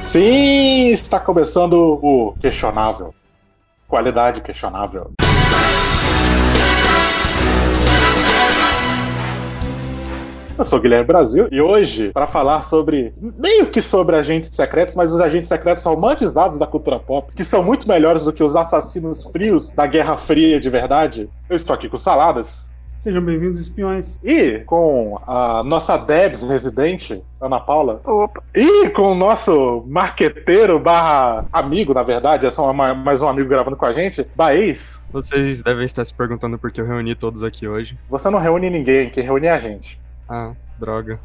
Sim, está começando o questionável. Qualidade questionável. Eu sou o Guilherme Brasil e hoje, para falar sobre, meio que sobre agentes secretos, mas os agentes secretos são romantizados da cultura pop, que são muito melhores do que os assassinos frios da Guerra Fria de verdade, eu estou aqui com Saladas. Sejam bem-vindos, espiões. E com a nossa Debs residente, Ana Paula. Opa. E com o nosso marqueteiro barra amigo, na verdade, é só uma- mais um amigo gravando com a gente, Baez. Vocês devem estar se perguntando por que eu reuni todos aqui hoje. Você não reúne ninguém, quem reúne é a gente. Ah, droga.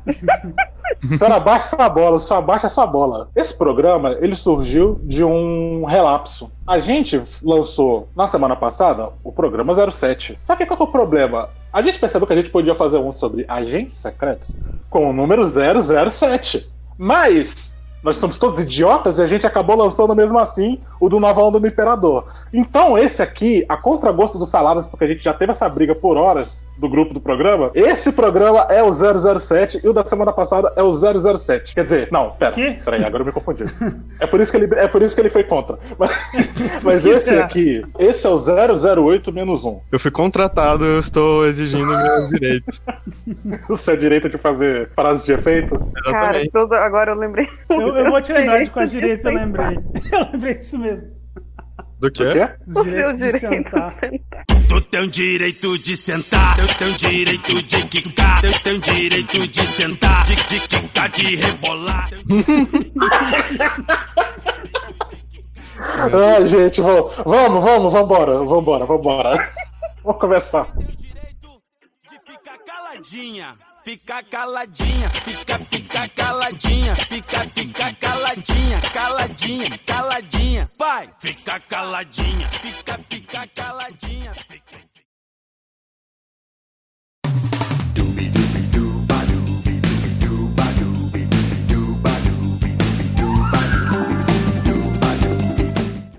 Senhora, abaixa sua bola, só abaixa sua bola. Esse programa, ele surgiu de um relapso. A gente lançou, na semana passada, o programa 07. Só que qual que é o problema? A gente percebeu que a gente podia fazer um sobre agentes secretos com o número 007. Mas... Nós somos todos idiotas e a gente acabou lançando mesmo assim o do Nova Onda do Imperador. Então, esse aqui, a contragosto dos Saladas, porque a gente já teve essa briga por horas do grupo do programa, esse programa é o 007 e o da semana passada é o 007. Quer dizer, não, pera, Quê? peraí, agora eu me confundi. É por isso que ele, é por isso que ele foi contra. Mas, mas Que esse será? aqui, esse é o 008 menos 1. Eu fui contratado, eu estou exigindo meus direitos. O seu direito de fazer frases de efeito. Cara, Exatamente. tudo, agora eu lembrei. Eu, eu vou te lembrar de quais Direito direitos de eu lembrei. Eu lembrei disso mesmo. Do O quê? quê? Os O direitos de seu direito sentar. de sentar. Tu tem o direito de sentar, eu tenho o direito de quicar, eu tenho o direito de sentar, de, de quicar, de rebolar. Ah, gente, vamos, vamos, vamos, vambora, vambora, vambora. Vamos começar. Tem o direito de ficar caladinha, ficar caladinha, fica, fica caladinha, fica, fica caladinha, caladinha, caladinha, vai, fica caladinha, fica, fica caladinha, fica.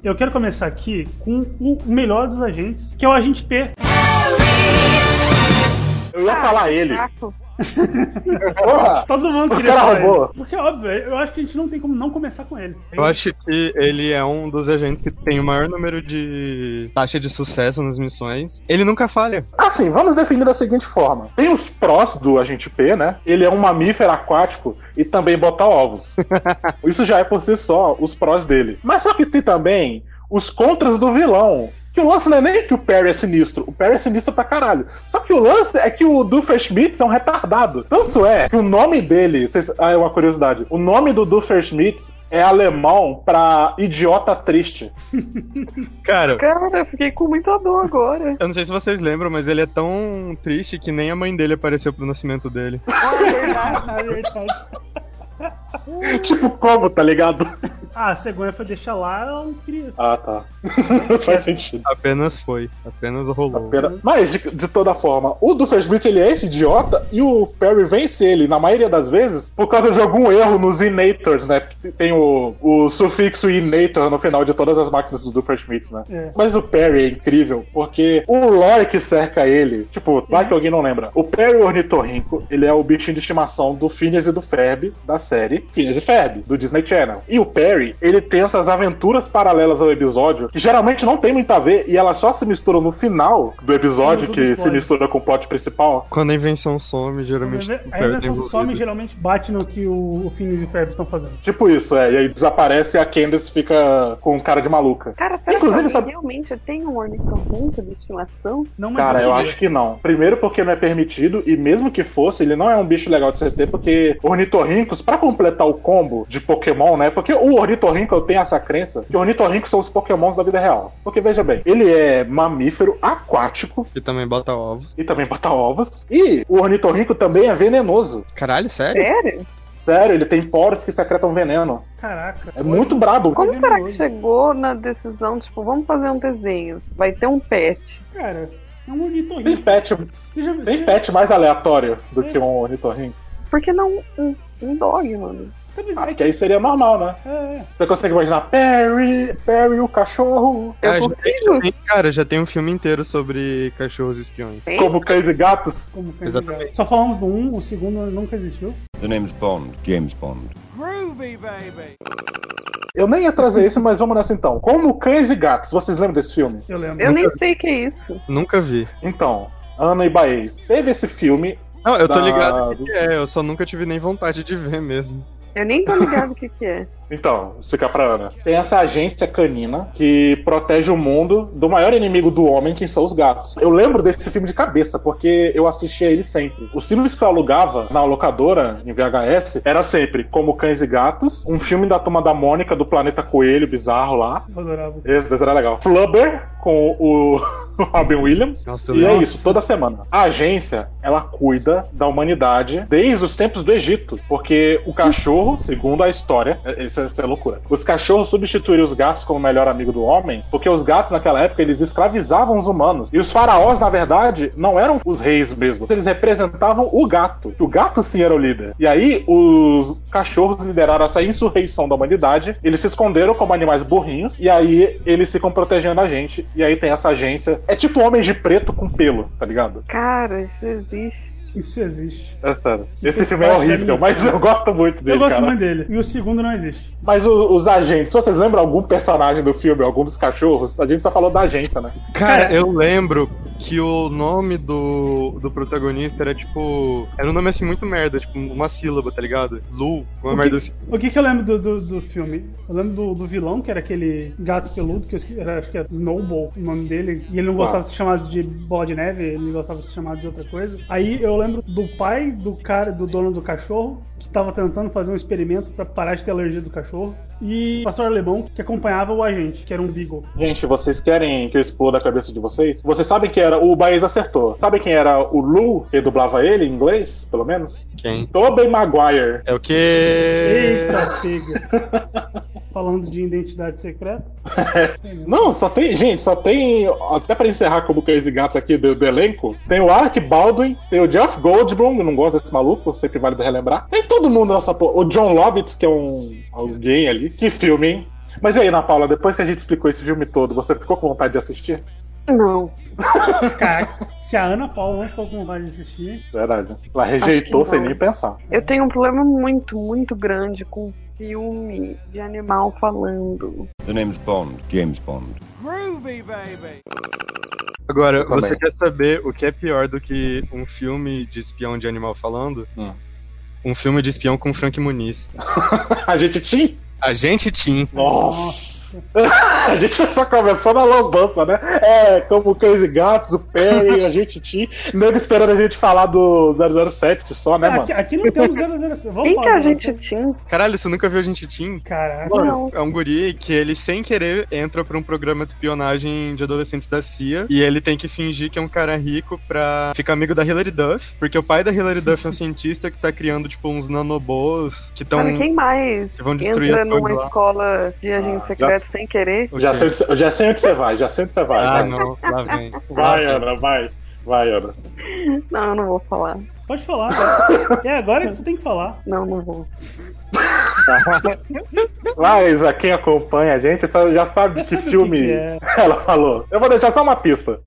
Eu quero começar aqui com o melhor dos agentes, que é o agente P. Eu ia falar ele. Saco. Porra! Todo mundo O queria é cara falar ele. roubou. Porque, óbvio, eu acho que a gente não tem como não começar com ele. Eu acho que ele é um dos agentes que tem o maior número de taxa de sucesso nas missões. Ele nunca falha. Assim, vamos definir da seguinte forma. Tem os prós do agente P, né? Ele é um mamífero aquático e também bota ovos. Isso já é por si só os prós dele. Mas só que tem também os contras do vilão. Que o lance não é nem que o Perry é sinistro. O Perry é sinistro pra caralho. Só que o lance é que o Dufferschmidt é um retardado. Tanto é que o nome dele... Vocês, ah, é uma curiosidade. O nome do Dufferschmidt é alemão pra idiota triste. Cara, Cara, eu fiquei com muita dor agora. eu não sei se vocês lembram, mas ele é tão triste que nem a mãe dele apareceu pro nascimento dele. Na verdade. tipo como, tá ligado? Ah, a cegonha foi deixar lá, ela não queria. Ah, tá. Faz sentido. Apenas foi. Apenas rolou. Pera- Mas, de, de toda forma, o Doofenshmirtz, ele é esse idiota e o Perry vence ele, na maioria das vezes, por causa de algum erro nos inators, né? Porque Tem o, o sufixo inator no final de todas as máquinas do Doofenshmirtz, né? É. Mas o Perry é incrível, porque o lore que cerca ele, tipo, Uhum. vai que alguém não lembra. O Perry Ornitorrinco, ele é o bichinho de estimação do Phineas e do Ferb, da série Phineas e Ferb, do Disney Channel. E o Perry, ele tem essas aventuras paralelas ao episódio, que geralmente não tem muito a ver, e elas só se misturam no final do episódio, Tudo que se explode. mistura com o plot principal. Quando a invenção some, geralmente. o A Perry tá invenção envolvido. some geralmente bate no que o, o Phineas e o Ferb estão fazendo. Tipo isso, é. E aí desaparece e a Candace fica com cara de maluca. Cara, será Inclusive, que sabe- sabe... realmente tem um ornitorrinco de estimação? Não, mas Cara, eu queria. acho que não. Primeiro porque não é permitido, e mesmo que fosse, ele não é um bicho legal de você ter, porque ornitorrincos, pra completar o combo de Pokémon, né? Porque o ornitorrinco, eu tenho essa crença, que ornitorrincos são os Pokémons da vida real. Porque, veja bem, ele é mamífero aquático, Que também bota ovos. e também bota ovos, e o ornitorrinco também é venenoso. Caralho, sério? Sério? Sério, ele tem poros que secretam veneno. Caraca. É muito brabo. Como Ele será não. que chegou na decisão, tipo, vamos fazer um desenho? Vai ter um pet. Cara, é um Tem ornitorrinco. pet, Você já, você tem já- pet mais aleatório do que um ornitorrinco. Por que não um, um dog, mano? Talvez- Ah, que aí seria normal, né? tá Ah. é, é. Você consegue imaginar Perry, Perry o cachorro, Eu Ah, já tem- consigo? já tem- cara, já tem um filme inteiro sobre cachorros espiões. Tem? como cães e gatos. Como que é Exatamente. legal. Só falamos do um, o segundo nunca existiu. The name's Bond, James Bond. Groove groovy, baby. Eu nem ia trazer isso, mas vamos nessa então. Como Cães e Gatos, vocês lembram desse filme? Eu lembro. Eu nem sei o que é isso. Nunca vi. Então, Ana e Baez, teve esse filme. Não, eu tô Da- ligado que é, eu só nunca tive nem vontade de ver mesmo. Eu nem tô ligado o que, que é. Então, isso fica pra Ana. Tem essa agência canina que protege o mundo do maior inimigo do homem, que são os gatos. Eu lembro desse filme de cabeça, porque eu assistia ele sempre. Os filmes que eu alugava na locadora, em VHS, era sempre Como Cães e Gatos, um filme da Turma da Mônica, do Planeta Coelho, bizarro lá. Eu adorava. Esse desenho era legal. Flubber, com o Robin Williams. Nossa, eu E é lembro. isso, toda semana. A agência, ela cuida da humanidade desde os tempos do Egito. Porque o cachorro, segundo a história, é- isso é, isso é loucura. Os cachorros substituíram os gatos como melhor amigo do homem, porque os gatos naquela época eles escravizavam os humanos. E os faraós, na verdade, não eram os reis mesmo. Eles representavam o gato. O gato sim era o líder. E aí os cachorros lideraram essa insurreição da humanidade. Eles se esconderam como animais burrinhos. E aí eles ficam protegendo a gente. E aí tem essa agência. É tipo homem de preto com pelo, tá ligado? Cara, isso existe. Isso existe. É sério. Esse filme é horrível, mas eu gosto muito dele, eu gosto cara. muito dele. E o segundo não existe. Mas o- os agentes, vocês lembram algum personagem do filme, algum dos cachorros? A gente só falou da agência, né? Cara, Cara, eu lembro que o nome do, do protagonista era tipo. Era um nome assim muito merda, tipo uma sílaba, tá ligado? Lu, uma O merda assim. O que, que eu lembro do, do, do filme? Eu lembro do, do vilão, que era aquele gato peludo, que eu esque- era, acho que era Snowball o nome dele, e ele Tá. não gostava de ser chamado de bola de neve, ele gostava de ser chamado de outra coisa. Aí eu lembro do pai do cara, do dono do cachorro, que tava tentando fazer um experimento pra parar de ter alergia do cachorro, e o pastor alemão, que acompanhava o agente, que era um beagle. Gente, vocês querem que eu exploda a cabeça de vocês? Vocês sabem quem era? O Baez acertou. Sabe quem era o Lou, que dublava ele em inglês, pelo menos? Quem? Tobey Maguire. É o quê? É. Eita, figa! Falando de identidade secreta, Não, só tem. Gente, só tem. Até pra encerrar como cães e gatos aqui do, do elenco, tem o Alec Baldwin, tem o Jeff Goldblum, eu não gosto desse maluco, sempre vale relembrar. Tem todo mundo nessa porra. O John Lovitz, que é um. alguém ali. Que filme, hein? Mas e aí, Ana Paula, depois que a gente explicou esse filme todo, você ficou com vontade de assistir? Não. caraca, se a Ana Paula não ficou com vontade de assistir, Verdade. Ela não. rejeitou sem nem pensar. Eu tenho um problema muito, muito grande com filme de animal falando. The name's Bond, James Bond. Groovy, baby. Agora, também. você quer saber o que é pior do que um filme de espião de animal falando? Hum. Um filme de espião com Frank Muniz. A gente tinha. Agente Tim. Nossa! a gente só começou na lambança, né? É, como cães e gatos, o Perry, a gente tinha. Nego esperando a gente falar do 007 só, né, mano? aqui, aqui não temos 007. Vamos Quem que falar a do gente tinha? Caralho, você nunca viu Agente Tim? Caraca. Não. É um guri que ele, sem querer, entra pra um programa de espionagem de adolescentes da CIA e ele tem que fingir que é um cara rico pra ficar amigo da Hilary Duff, porque o pai da Hilary Duff é um cientista que tá criando, tipo, uns nanobôs que estão... Cara, quem mais que Então, vão destruir entra as coisas numa lá. escola de agente Ah, secreto já- sem querer? Já sei, onde cê- já sei onde você vai, já sei onde você vai. Ah, vai. não, lá vem. vai, Ana, vai. Vai, Ana. Não, eu não vou falar. Pode falar, cara. É agora que você tem que falar. Não, não vou. Mas a quem acompanha a gente só- já sabe de Já que sabe o filme que que é. ela falou. Eu vou deixar só uma pista.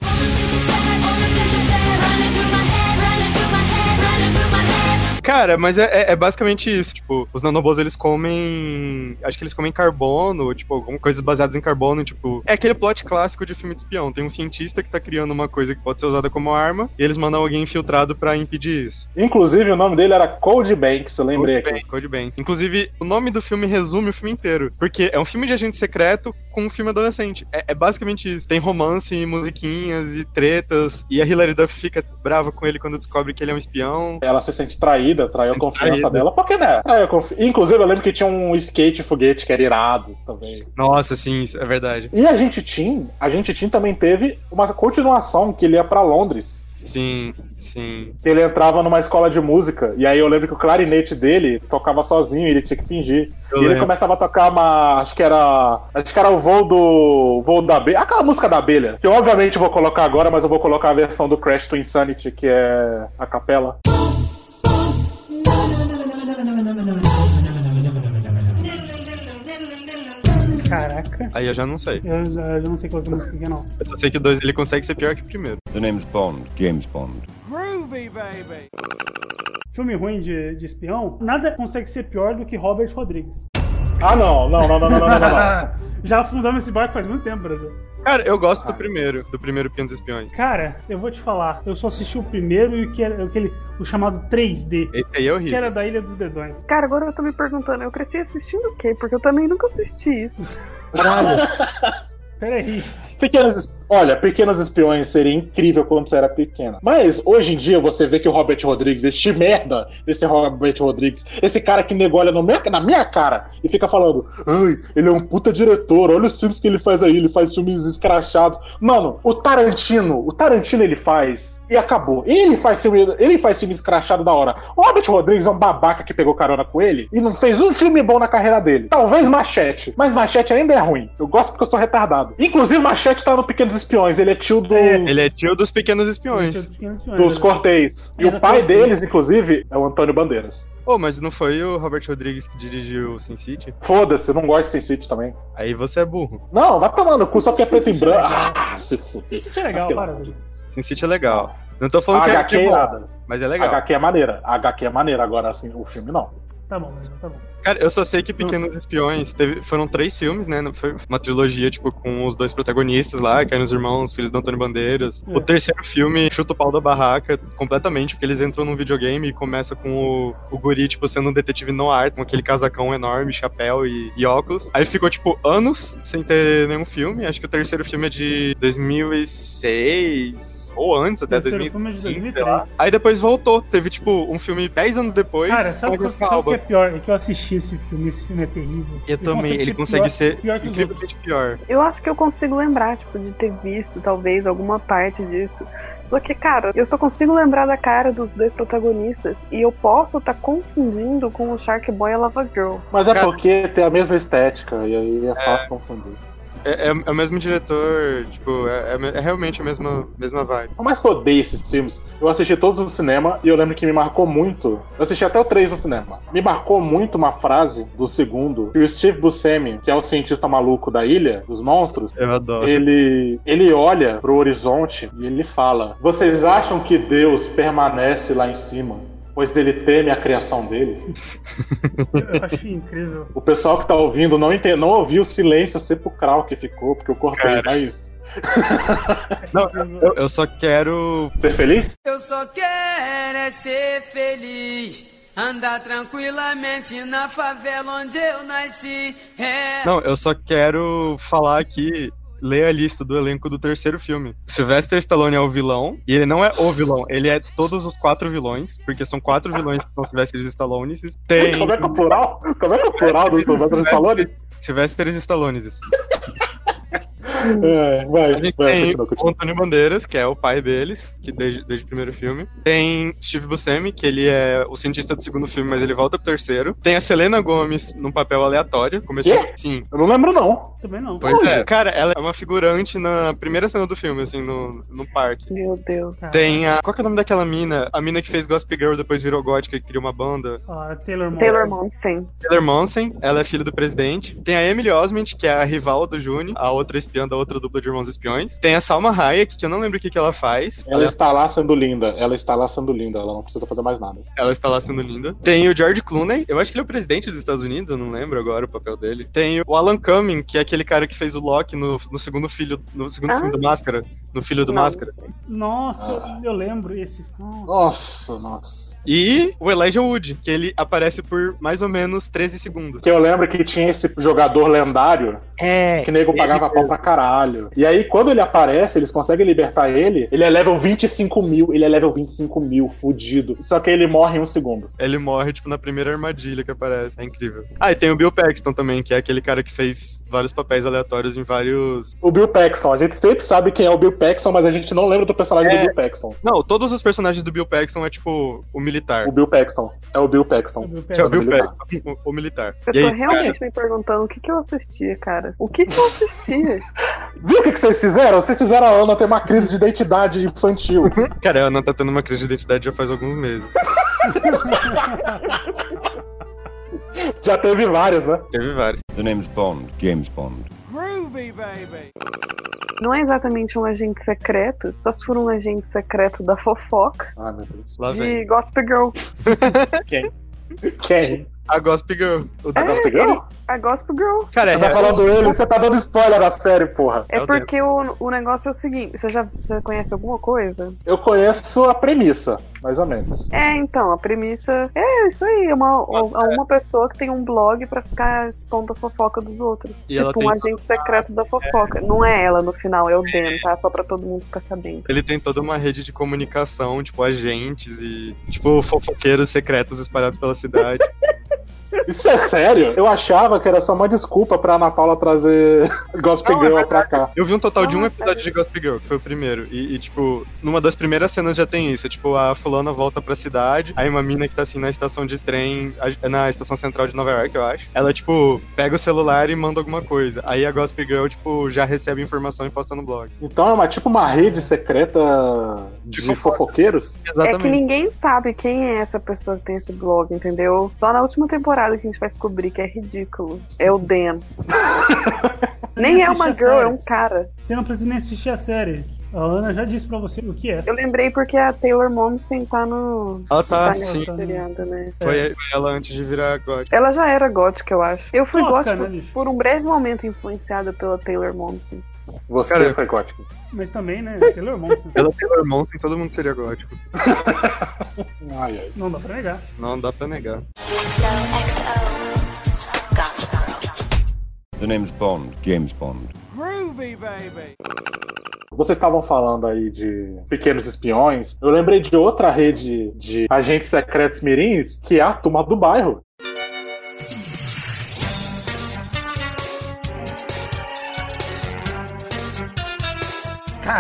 Cara, mas é, é- é basicamente isso. Tipo, os nanobôs eles comem. Acho que eles comem carbono, tipo, alguma coisas baseadas em carbono. Tipo, é aquele plot clássico de filme de espião. Tem um cientista que tá criando uma coisa que pode ser usada como arma e eles mandam alguém infiltrado pra impedir isso. Inclusive, o nome dele era Cold Banks, eu lembrei Code aqui. bem, code bem. Inclusive, o nome do filme resume o filme inteiro. Porque é um filme de agente secreto com um filme adolescente. É, é basicamente isso. Tem romance e musiquinhas e tretas. E a Hilary Duff fica brava com ele quando descobre que ele é um espião. Ela se sente traída, traiu a Sente confiança traída. dela. Por que né? Traiu a confi- Inclusive, eu lembro que tinha um skate foguete que era irado também. Nossa, sim, isso é verdade. E a gente tinha, a gente tinha também teve uma continuação que ele ia pra Londres. Sim, sim. que Ele entrava numa escola de música, e aí eu lembro que o clarinete dele tocava sozinho e ele tinha que fingir. Eu e ele lembro. começava a tocar uma. Acho que era. Acho que era o voo do. Voo da abelha. Aquela música da abelha. Que eu obviamente vou colocar agora, mas eu vou colocar a versão do Crash to Insanity, que é a capela. Caraca. Aí eu já não sei. Eu já, eu já não sei qual que é a música que é, não. Eu só sei que o dois ele consegue ser pior que o primeiro. The name's Bond, James Bond. Groovy, baby. Filme ruim de, de espião, nada consegue ser pior do que Robert Rodrigues. Ah, não, não, não, não, não, não, não, não. Já afundamos esse barco faz muito tempo, Brasil. Cara, eu gosto do primeiro, do primeiro Pinhos dos Espiões. Cara, eu vou te falar, eu só assisti o primeiro e o que era aquele, o chamado 3D, Esse aí é que horrível. era da Ilha dos Dedões. Cara, agora eu tô me perguntando, eu cresci assistindo o quê? Porque eu também nunca assisti isso. Peraí, Pequenos, es- olha, Pequenos Espiões seria incrível quando você era pequena. Mas hoje em dia você vê que o Robert Rodrigues, este merda, esse Robert Rodrigues, esse cara que negolha no meu, na minha cara e fica falando: ai, ele é um puta diretor, olha os filmes que ele faz aí, ele faz filmes escrachados. Mano, o Tarantino, o Tarantino ele faz e acabou. Ele faz filme, ele faz filme escrachado da hora. O Robert Rodrigues é um babaca que pegou carona com ele e não fez um filme bom na carreira dele. Talvez Machete, mas Machete ainda é ruim. Eu gosto porque eu sou retardado. Inclusive, Machete tá no Pequenos Espiões, ele é tio dos, É, Ele é tio dos Pequenos Espiões. Gente, eu tinha uns dos milhões, Cortez. E o pai Exatamente. deles, inclusive, é o Antônio Bandeiras. Oh, mas não foi o Robert Rodrigues que dirigiu o Sin City? Foda-se, eu não gosto de Sin City também. Aí você é burro. Não, vai tomando cu só porque é preto e Sin City é branco. legal. Ah, se fuder. Sin City é legal, Pelo para, amor de velho. Deus. Sin City é legal. Não tô falando que é, HQ que é é bom, irada. mas é legal. HQ é maneira. HQ é maneira, agora assim, o filme não. Tá bom, Brasil, tá bom. Cara, eu só sei que Pequenos Espiões teve, foram três filmes, né? Não Foi uma trilogia, tipo, com os dois protagonistas lá, que eram os irmãos, filhos do Antônio Bandeiras. É. O terceiro filme chuta o pau da barraca completamente, porque eles entram num videogame e começa com o, o guri, tipo, sendo um detetive no ar, com aquele casacão enorme, chapéu e, e óculos. Aí ficou, tipo, anos sem ter nenhum filme. Acho que o terceiro filme é de 2006... Ou antes, até Terceiro 2005, filme é de sei lá. 2003. Aí depois voltou. Teve, tipo, um filme 10 anos depois. Cara, sabe, com a o que- Jessica sabe o Alba. que é pior? É que eu assisti esse filme, esse filme é terrível. Eu também, ele consegue ser pior que os incrivelmente pior. Eu acho que eu consigo lembrar, tipo, de ter visto talvez alguma parte disso. Só que, cara, eu só consigo lembrar da cara dos dois protagonistas e eu posso estar confundindo com o Shark Boy e a Lava Girl. Mas é Cara- porque tem a mesma estética, e aí é fácil confundir. É, é- é o mesmo diretor, tipo, é, é- é realmente a mesma, mesma vibe. Por mais que eu odeie esses filmes, eu assisti todos no cinema e eu lembro que me marcou muito. Eu assisti até o 3 no cinema. Me marcou muito uma frase do segundo que o Steve Buscemi, que é o cientista maluco da ilha, dos monstros, Eu adoro. ele, ele olha pro horizonte e ele fala: Vocês acham que Deus permanece lá em cima? Pois ele teme a criação dele. Eu eu achei incrível. O pessoal que tá ouvindo não, ente- não ouviu o silêncio sepulcral que ficou, porque eu cortei, Cara. mas. Não, eu, eu só quero. Ser feliz? Eu só quero é ser feliz. Andar tranquilamente na favela onde eu nasci. É. Não, eu só quero falar aqui. Ler a lista do elenco do terceiro filme. Sylvester Stallone é o vilão, e ele não é o vilão, ele é todos os quatro vilões, porque são quatro vilões que são Sylvester Stallone. Tem Como é que é o plural? Como é que é o plural do Sylvester Stallone? Sylvester Stallone. É, A vai, vai, gente tem continua, o continua. Antônio Bandeiras, que é o pai deles, que desde, desde o primeiro filme. Tem Steve Buscemi, que ele é o cientista do segundo filme, mas ele volta pro terceiro. Tem a Selena Gomes num papel aleatório. Começou Quê? sim. Eu não lembro, não. Também não. Pois Onde? é. Cara, ela é uma figurante na primeira cena do filme, assim, no, no parque. Meu Deus. Cara, Tem a. Qual que é o nome daquela mina? A mina que fez Gossip Girl, depois virou gótica e criou uma banda. ah, Taylor Momsen. é Taylor Momsen. Taylor Monsen, ela é filha do presidente. Tem a Emily Osment, que é a rival do Juni, a outra espiã da outra dupla de irmãos espiões. Tem a Salma Hayek, que eu não lembro o que, que ela faz. Ela está lá sendo linda. Ela está lá sendo linda. Ela não precisa fazer mais nada. Ela está lá sendo linda. Tem o George Clooney, eu acho que ele é o presidente dos Estados Unidos, eu não lembro agora o papel dele. Tem o Alan Cumming, que é aquele cara que fez o Loki no, no segundo filho, no segundo Ah. filme do Máscara, no filho do Não. Máscara. Ah. Nossa, eu lembro esse. Nossa. Nossa, nossa. E o Elijah Wood, que ele aparece por mais ou menos 13 segundos. Que eu lembro que tinha esse jogador lendário É. que nego pagava pau pra caralho. E aí, quando ele aparece, eles conseguem libertar ele. Ele é level 25 mil. Ele é level 25 mil, fudido. Só que ele morre em um segundo. Ele morre, tipo, na primeira armadilha que aparece. É incrível. Ah, e tem o Bill Paxton também, que é aquele cara que fez vários papéis aleatórios em vários. O Bill Paxton. A gente sempre sabe quem é o Bill Paxton, mas a gente não lembra do personagem É. do Bill Paxton. Não, todos os personagens do Bill Paxton é tipo o militar. O Bill Paxton. É o Bill Paxton. Eu Que é peço- o Bill militar. Paxton, o, o militar. Eu E tô aí, realmente me perguntando o que, que eu assistia, cara. O que, que eu assistia? Viu o que, que vocês fizeram? Vocês fizeram a Ana ter uma crise de identidade infantil. Cara, a Ana tá tendo uma crise de identidade já faz alguns meses. Já teve várias, né? Teve vários. The name's Bond, James Bond. Groovy, baby. Não é exatamente um agente secreto, só se for um agente secreto da fofoca Tá Ai, meu Deus. Lá vem. de Gossip Girl. Quem? A Gossip Girl. O A da... Gossip é, Girl? a Gossip Girl. Cara, é, Você tá falando ele, você tá dando spoiler da série, porra. É É o porque o, o negócio é o seguinte, você já você conhece alguma coisa? Eu conheço a premissa, mais ou menos. É, então, a premissa é isso aí, é uma, Nossa, é uma pessoa que tem um blog pra ficar expondo a fofoca dos outros. E ela tipo, um tem- agente secreto da fofoca. Não é ela no final, é o Dan, tá? Só pra todo mundo ficar sabendo. Ele tem toda uma rede de comunicação, tipo, agentes e, tipo, fofoqueiros secretos espalhados pela cidade. Isso é sério? Eu achava que era só uma desculpa pra Ana Paula trazer Gossip Não, é Girl verdade. pra cá. Eu vi um total de um Ah, episódio de Gossip Girl, que foi o primeiro. E, e, tipo, numa das primeiras cenas já tem isso. É, tipo, a fulana volta pra cidade, aí uma mina que tá, assim, na estação de trem, a- na estação central de Nova York, eu acho. Ela, tipo, pega o celular e manda alguma coisa. Aí a Gossip Girl, tipo, já recebe informação e posta no blog. Então é uma, tipo uma rede secreta de Tipo, fofoqueiros? É que Exatamente. ninguém sabe quem é essa pessoa que tem esse blog, entendeu? Só na última temporada que a gente vai descobrir que é ridículo. É o Dan. Nem é uma Assiste a girl, série. é um cara. Você não precisa nem assistir a série. A Ana já disse pra você o que é. Eu lembrei porque a Taylor Momsen tá no. Ela tá, tá nessa sim. seriada, né? Foi, foi ela antes de virar gótica. Ela já era gótica, eu acho. Eu fui Toca, gótica né, bicho? por um breve momento influenciada pela Taylor Momsen. Você Cara, foi gótico. Mas também, né? Aquele irmão, você- Ela pelo irmão, sem todo mundo seria gótico. Ai, ai. não dá pra negar. Não dá pra negar. XOXO. Gossip Girl. The name's Bond, James Bond. Groovy, baby. Vocês estavam falando aí de pequenos espiões. Eu lembrei de outra rede de agentes secretos mirins, que é a turma do bairro.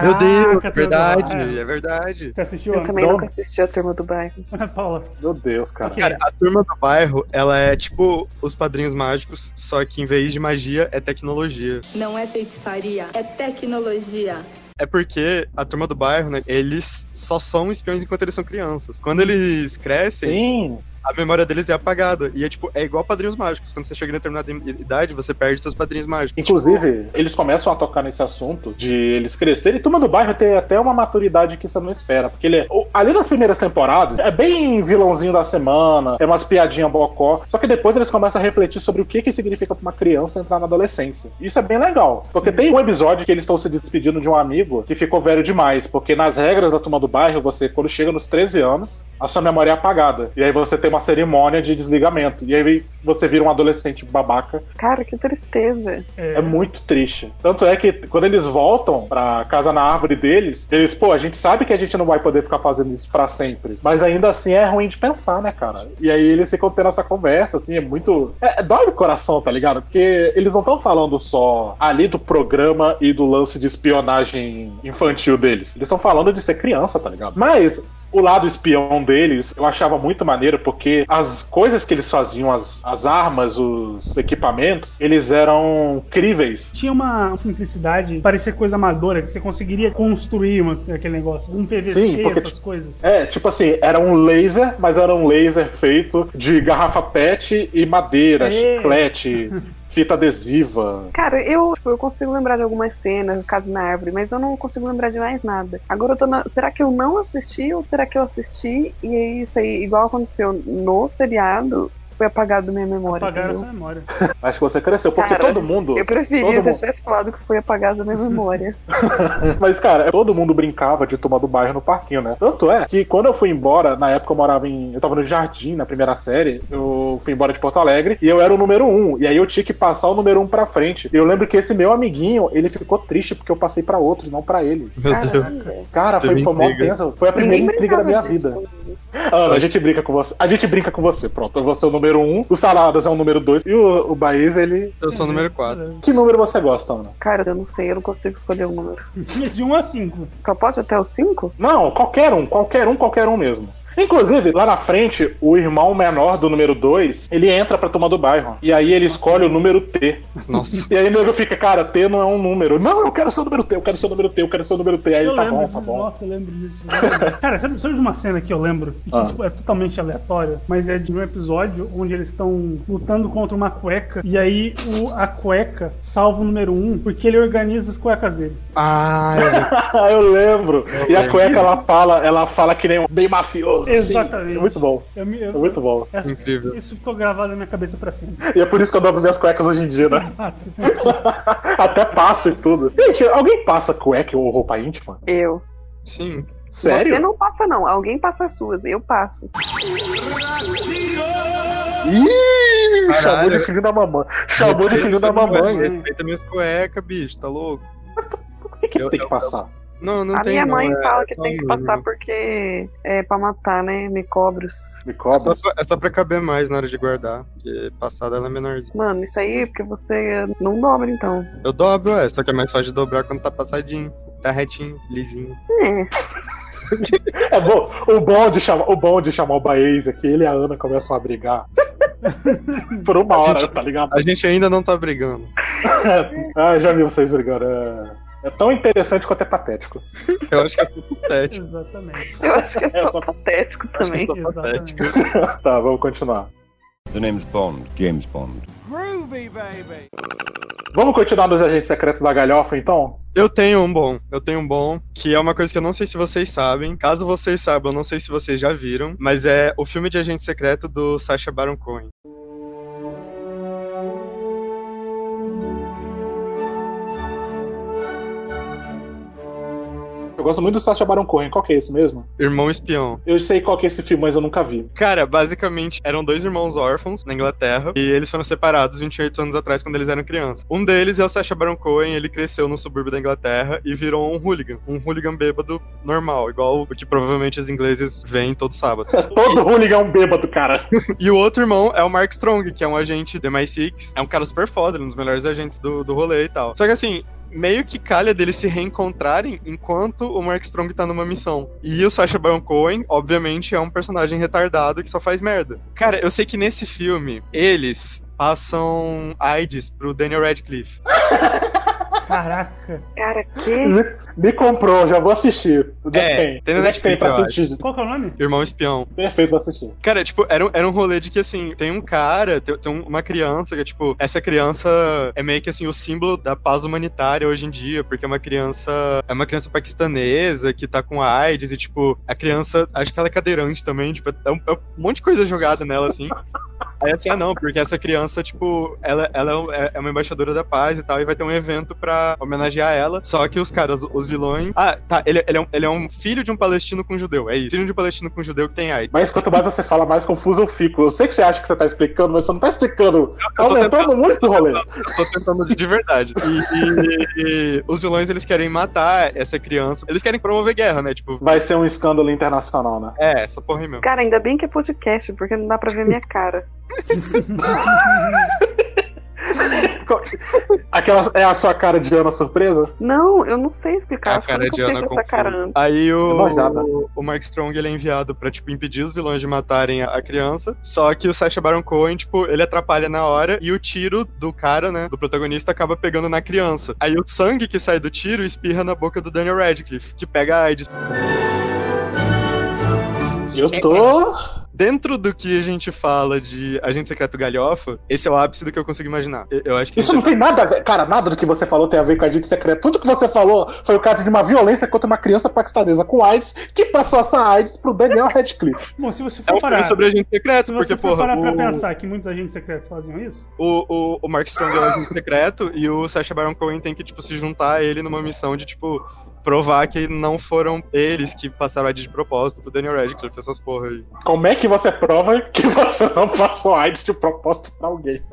Meu Deus, Caraca, é verdade, Teodoro. é verdade. Você assistiu Eu Ana? também não. nunca assisti a Turma do Bairro. Ana Paula? Meu Deus, cara. Ok. Cara, a turma do bairro, ela é tipo os padrinhos mágicos, só que em vez de magia é tecnologia. Não é feitiçaria, é tecnologia. É porque a turma do bairro, né, eles só são espiões enquanto eles são crianças. Quando eles crescem, Sim, a memória deles é apagada. E é tipo, é igual padrinhos mágicos. Quando você chega em determinada i- idade, você perde seus padrinhos mágicos. Tipo, Inclusive, eles começam a tocar nesse assunto de eles crescerem. E Turma do Bairro tem até uma maturidade que você não espera. Porque ele é. o- Ali nas primeiras temporadas, é bem vilãozinho da semana, é umas piadinhas bocó. Só que depois eles começam a refletir sobre o que, que significa pra uma criança entrar na adolescência. Isso é bem legal. Porque tem um episódio que eles estão se despedindo de um amigo que ficou velho demais. Porque nas regras da Turma do Bairro, você, quando chega nos 13 anos, a sua memória é apagada. E aí você tem uma cerimônia de desligamento. E aí você vira um adolescente babaca Cara, que tristeza. é muito triste. Tanto é que quando eles voltam pra casa na árvore deles, eles, pô, a gente sabe que a gente não vai poder ficar fazendo isso pra sempre. Mas ainda assim é ruim de pensar, né, cara? E aí eles ficam tendo essa conversa, assim, é muito. É, é- dói no coração, tá ligado? Porque eles não estão falando só ali do programa e do lance de espionagem infantil deles. Eles estão falando de ser criança, tá ligado? Mas o lado espião deles eu achava muito maneiro porque as coisas que eles faziam, as, as armas, os equipamentos, eles eram críveis. Tinha uma simplicidade, parecia coisa amadora, que você conseguiria construir uma- aquele negócio. Um PVC, Sim, porque- essas coisas. É, tipo assim, era um laser, mas era um laser feito de garrafa PET e madeira, É. chiclete, fita adesiva. Cara, eu, tipo, eu consigo lembrar de algumas cenas, no caso na árvore, mas eu não consigo lembrar de mais nada. Agora eu tô na... Será que eu não assisti ou será que eu assisti? E é isso aí, igual aconteceu no seriado, foi apagado minha memória. Apagaram entendeu? essa memória. Acho que você cresceu, porque Cara, todo mundo. Eu preferia todo se eu mundo- tivesse falado que foi apagado da minha memória. Mas, cara, todo mundo brincava de turma do bairro no parquinho, né? Tanto é que quando eu fui embora, na época eu morava em. Eu tava no jardim na primeira série, eu fui embora de Porto Alegre e eu era o número um. E aí eu tinha que passar o número um pra frente. E eu lembro que esse meu amiguinho, ele ficou triste porque eu passei pra outro, não pra ele. Meu Deus. Caramba. Cara, foi, Teve foi mó intriga. tenso. Foi a primeira intriga da minha vida. comigo. Ana, a gente brinca com você. A gente brinca com você. Pronto, você é o número um, o Saladas é o número dois e o, o Baez, ele. Eu sou o número 4. Que número você gosta, Ana? Cara, eu não sei, eu não consigo escolher o número. De 1 a 5. Só pode até o 5? Não, qualquer um, qualquer um, qualquer um mesmo. Inclusive, lá na frente, o irmão menor do número 2, ele entra pra turma do bairro. E aí ele escolhe o número T. Nossa. E aí o nego fica, cara, T não é um número. Não, eu quero ser o número T, eu quero ser o número T, eu quero ser o número T. Aí Eu ele tá lembro bom, tá disso, bom. nossa, eu lembro disso. Cara, sabe, sabe de uma cena que eu lembro? E que Ah. tipo, é totalmente aleatória, mas é de um episódio onde eles estão lutando contra uma cueca. E aí o, a cueca salva o número um, porque ele organiza as cuecas dele. Ah, é. eu lembro. E a lembro. cueca, ela fala, ela fala que nem um bem mafioso. Sim, Exatamente. é muito bom. Eu me- eu- É muito bom. essa- Incrível. Isso ficou gravado na minha cabeça pra sempre. E é por isso que eu dobro minhas cuecas hoje em dia, né? Exato. Até passo e tudo. Gente, alguém passa cueca ou roupa íntima? Eu. Sim. Sério? Você não passa, não. Alguém passa as suas. Eu passo. Ih, Caralho. chamou de filho da mamãe. Chamou de filho da mamãe. Respeita minhas cuecas, bicho, tá louco? Por que, que Eu- tem eu- que passar? Não, não a tem. minha mãe não, é- fala é que só tem que um passar mínimo. porque é pra matar, né? Me cobros. Me Só cobra. pra- É só pra caber mais na hora de guardar, porque passada ela é menorzinha. Mano, isso aí é porque você não dobra, então. Eu dobro, é, só que é mais fácil de dobrar quando tá passadinho. Tá retinho, lisinho. É. É bom, o bom de chamar, o bom de chamar o Baez é que ele e a Ana começam a brigar. Por uma hora, tá ligado? A gente ainda não tá brigando. Ah, já vi vocês brigando. É, é tão interessante quanto é patético. Eu acho que é tudo patético. Exatamente. Eu acho que é É, só só- patético também. Só patético. Exatamente. tá, vamos continuar. The name's Bond, James Bond. Groovy, baby. Vamos continuar nos agentes secretos da galhofa, então? Eu tenho um bom, eu tenho um bom, que é uma coisa que eu não sei se vocês sabem. Caso vocês saibam, eu não sei se vocês já viram, mas é o filme de agente secreto do Sacha Baron Cohen. Eu gosto muito do Sacha Baron Cohen. Qual que é esse mesmo? Irmão Espião. Eu sei qual que é esse filme, mas eu nunca vi. Cara, basicamente eram dois irmãos órfãos na Inglaterra e eles foram separados 28 anos atrás quando eles eram crianças. Um deles é o Sacha Baron Cohen, ele cresceu no subúrbio da Inglaterra e virou um hooligan, um hooligan bêbado normal, igual o que provavelmente os ingleses veem todo sábado. Todo hooligan é um bêbado, cara. E o outro irmão é o Mark Strong, que é um agente do MI6. É um cara super foda, ele é um dos melhores agentes do, do rolê e tal. Só que assim. Meio que calha deles se reencontrarem enquanto o Mark Strong tá numa missão. E o Sacha Baron Cohen, obviamente, é um personagem retardado que só faz merda. Cara, eu sei que nesse filme, eles passam AIDS pro Daniel Radcliffe. Caraca. Cara, que. Me, me comprou, já vou assistir. Onde É, é, que tem? tem no Onde é que tem Netflix, pra eu acho. assistir? Qual que é o nome? Irmão espião. Perfeito, vou assistir. Cara, tipo, era um, era um rolê de que, assim, tem um cara, tem, tem uma criança que, é, tipo, essa criança é meio que, assim, o símbolo da paz humanitária hoje em dia, porque é uma criança, é uma criança paquistanesa que tá com AIDS e, tipo, a criança, acho que ela é cadeirante também, tipo, é um, é um monte de coisa jogada nela, assim. Aí, assim, ah, não, porque essa criança, tipo, ela, ela é um- é, é uma embaixadora da paz e tal, e vai ter um evento pra homenagear ela. Só que os caras, os vilões. Ah, tá, ele, ele é, um, ele é um filho de um palestino com judeu, é isso. Filho de um palestino com judeu que tem AIDS. Mas quanto mais você fala, mais confuso eu fico. Eu sei que você acha que você tá explicando, mas você não tá explicando. Tá Eu tô aumentando muito o rolê. Tô tentando de verdade. E, e- e os vilões, eles querem matar essa criança. Eles querem promover guerra, né? Tipo, Vai ser um escândalo internacional, né? é, essa porra aí mesmo. Cara, ainda bem que é podcast, porque não dá pra ver minha cara. Aquela é a sua cara de Ana surpresa? Não, eu não sei explicar. A Acho que eu cara nunca de fiz Ana essa confusa. cara antes. Aí Enojada. o, o Mark Strong ele é enviado pra, tipo, impedir os vilões de matarem a, a criança. Só que o Sacha Baron Cohen, tipo, ele atrapalha na hora e o tiro do cara, né, do protagonista, acaba pegando na criança. Aí o sangue que sai do tiro espirra na boca do Daniel Radcliffe, que pega AIDS. Eu tô. Dentro do que a gente fala de Agente Secreto Galhofa, esse é o ápice do que eu consigo imaginar. Eu, eu acho que é Isso não tem nada a ver. Cara, nada do que você falou tem a ver com a gente secreta. Tudo que você falou foi o caso de uma violência contra uma criança paquistanesa com AIDS que passou essa AIDS pro Daniel Radcliffe. Bom, se você É for um parar. filme sobre agente secreto, Se porque, você for porra, parar pra o, pensar que muitos agentes secretos faziam isso, o, o, o Mark Strong é um agente secreto e o Sacha Baron Cohen tem que, tipo, se juntar a ele numa missão de, tipo, provar que não foram eles que passaram AIDS de propósito pro Daniel Radcliffe, essas porra aí. Como é que você prova que você não passou AIDS de propósito pra alguém?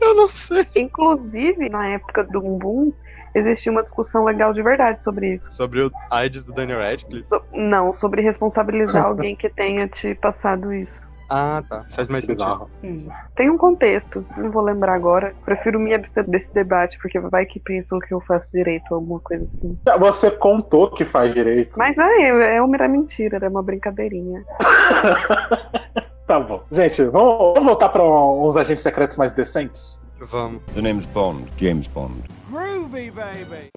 Eu não sei. Inclusive, na época do Bumbum, existia uma discussão legal de verdade sobre isso. Sobre o AIDS do Daniel Radcliffe? So- Não, sobre responsabilizar alguém que tenha te passado isso. Ah, tá. Faz mais sentido. entendi. Tem um contexto, não vou lembrar agora. Prefiro me abster desse debate, porque vai que pensam que eu faço direito ou alguma coisa assim. Você contou que faz direito. Mas é, é uma mera mentira, era uma brincadeirinha. Tá bom. Gente, vamos, vamos voltar pra um, uns agentes secretos mais decentes? Vamos. The name's Bond, James Bond. Groovy, baby.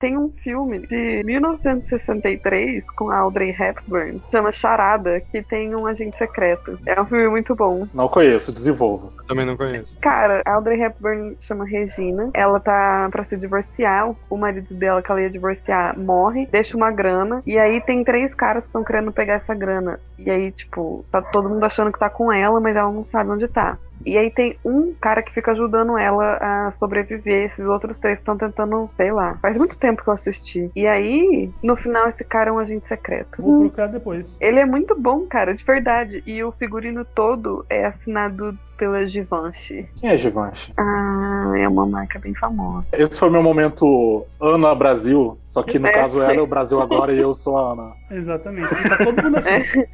tem um filme de 1963 com a Audrey Hepburn, chama Charada, que tem um agente secreto. É um filme muito bom. Não conheço, desenvolvo. Também não conheço. Cara, a Audrey Hepburn chama Regina, ela tá pra se divorciar, o marido dela que ela ia divorciar morre, deixa uma grana, e aí tem três caras que estão querendo pegar essa grana. E aí, tipo, tá todo mundo achando que tá com ela, mas ela não sabe onde tá. E aí tem um cara que fica ajudando ela a sobreviver. Esses outros três estão tentando, sei lá. Faz muito tempo que eu assisti. E aí, no final, esse cara é um agente secreto. Uhum. Vou procurar depois. Ele é muito bom, cara, de verdade. E o figurino todo é assinado pela Givenchy. Quem é Givenchy? Ah, é uma marca bem famosa. Esse foi meu momento Ana Brasil. Só que no É. caso ela é o Brasil agora e eu sou a Ana. Exatamente. E tá todo mundo assim.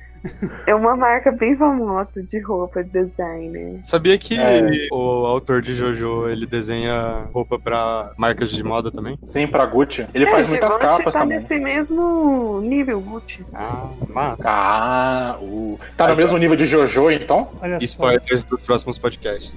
É uma marca bem famosa de roupa, de designer. Sabia que É. o autor de Jojo, ele desenha roupa pra marcas de moda também? Sim, pra Gucci. Ele faz é, muitas Givenchy capas tá também. nesse mesmo nível Gucci. Ah, massa. Ah, o... tá no mesmo nível de Jojo, então? Olha só. Spoilers dos próximos podcasts.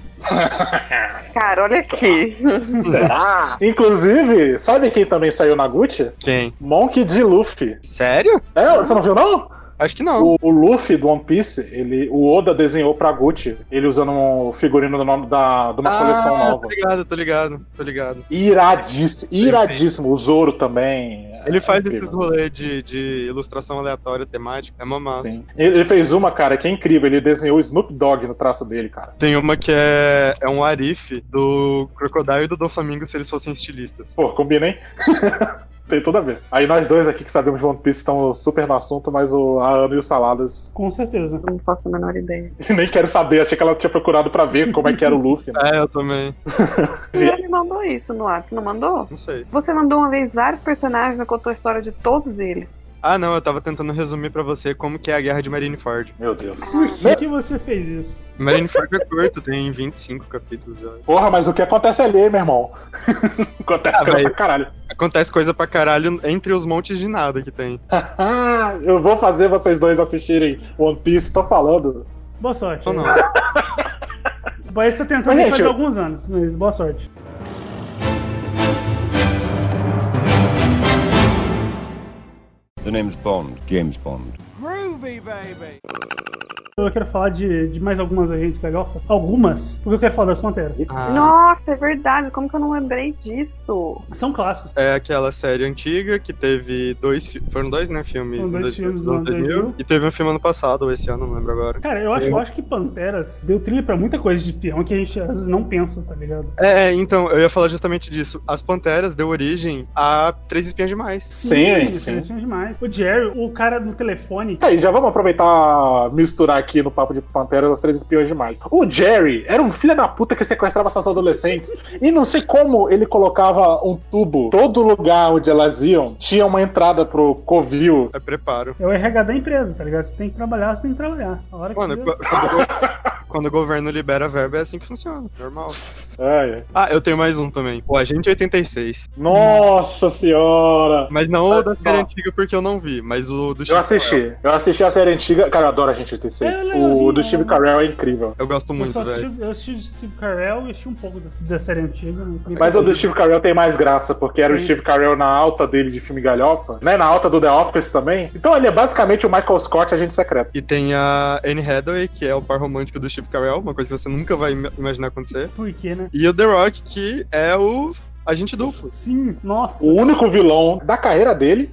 Cara, olha aqui. Será? Inclusive, sabe quem também saiu na Gucci? Quem? Monk de Luffy. Sério? É, você não viu, não? Acho que não. O, o Luffy do One Piece, ele, o Oda desenhou pra Gucci, ele usando um figurino do nome da, de uma coleção ah, nova. tô ligado, tô ligado, tô ligado. Iradíssimo, iradíssimo. O Zoro também. Ele É faz incrível. esses rolês de, de ilustração aleatória, temática, é uma massa. Sim. Ele ele fez uma, cara, que é incrível. Ele desenhou o Snoop Dogg no traço dele, cara. Tem uma que é, é um arife do Crocodile e do Doflamingo se eles fossem estilistas. Pô, combina, hein? Tem tudo a ver. Aí nós dois aqui que sabemos de One Piece estão super no assunto, mas o, a Ana e o Saladas Com certeza. Não faço a menor ideia. nem quero saber. Achei que ela tinha procurado pra ver como é que era o Luffy. Né? É, eu também. Ele me mandou isso no WhatsApp, não mandou? Não sei. Você mandou uma vez vários personagens, eu contou a história de todos eles. Ah, não, eu tava tentando resumir pra você como que é a guerra de Marineford. Meu Deus. Por que, que você fez isso? Marineford é curto, tem 25 capítulos. eu acho. Porra, mas o que acontece ali, meu irmão? acontece Ah, coisa velho. pra caralho. Acontece coisa pra caralho entre os montes de nada que tem. Eu vou fazer vocês dois assistirem One Piece, tô falando. Boa sorte. Ou não? O país tá tentando Mas, faz gente, eu- alguns anos, mas boa sorte. The name's Bond, James Bond. Groovy, baby. Eu quero falar de, de mais algumas agentes galhofas. Algumas, porque eu quero falar das Panteras. Ah. Nossa, é verdade, como que eu não lembrei disso? São clássicos. É aquela série antiga que teve dois. fi- Foram dois, né? Filmes. Foram no dois 2000, filmes do no ano 2000. E teve um filme ano passado, ou esse ano, não lembro agora. Cara, eu acho, eu acho que Panteras deu trilha pra muita coisa de peão que a gente às vezes não pensa, tá ligado? É, é, então, eu ia falar justamente disso. As Panteras deu origem a Três Espinhas Demais. Sim, gente, isso sim. é demais. O Jerry, o cara no telefone, Aí, já vamos aproveitar misturar aqui no papo de Pantera as três espiões demais. O Jerry era um filho da puta que sequestrava essas adolescentes e não sei como ele colocava um tubo. Todo lugar onde elas iam tinha uma entrada pro covil. É preparo. é o RH da empresa, tá ligado? Você tem que trabalhar, você tem que trabalhar. A hora que Mano, deu- qu- quando, quando o governo libera verba, é assim que funciona. Normal. Ai, ai. Ah, eu tenho mais um também. O Agente 86. Nossa senhora! Mas não o da Ah, série tá. antiga, porque eu não vi, mas o do Eu Steve Carell. assisti, eu assisti a série antiga. Cara, eu adoro a gente É 86. legalzinho, o do Steve né? Carell é incrível. Eu gosto eu muito, né? só assisti, velho. eu assisti o Steve Carell e assisti um pouco da, da série antiga. né? me- Mas o do Steve Carell tem mais graça, porque era o Sim. Steve Carell na alta dele de filme galhofa, né? Na alta do The Office também. Então ele é basicamente o Michael Scott, agente secreto. E tem a Anne Hathaway, que é o par romântico do Steve Carell, uma coisa que você nunca vai im- imaginar acontecer. Por quê, né? E o The Rock, que é o agente duplo. Sim, nossa. O único vilão da carreira dele,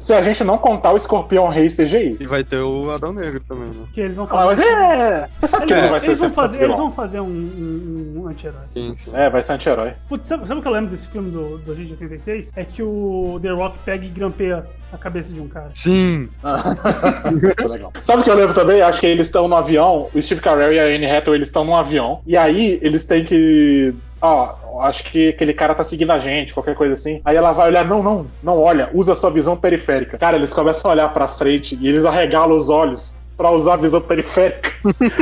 se a gente não contar o Escorpião Rei CGI. E vai ter o Adão Negro também, né? Que eles vão Ah, fazer. mas é. Você sabe que ele Eles, não vai ser eles vão 100% fazer, eles vilão. vão fazer um, um- um anti-herói. Sim, sim. É, vai ser anti-herói. Putz, sabe, sabe o que eu lembro desse filme do, do Agente 86? É que o The Rock pega e grampeia a cabeça de um cara. Sim, Isso é legal. Sabe o que eu lembro também? Acho que eles estão no avião, o Steve Carell e a Anne Hathaway, eles estão num avião, e aí eles têm que... Ó, acho que aquele cara tá seguindo a gente, qualquer coisa assim. Aí ela vai olhar, não, não, não olha, usa a sua visão periférica. Cara, eles começam a olhar pra frente e eles arregalam os olhos pra usar a visão periférica.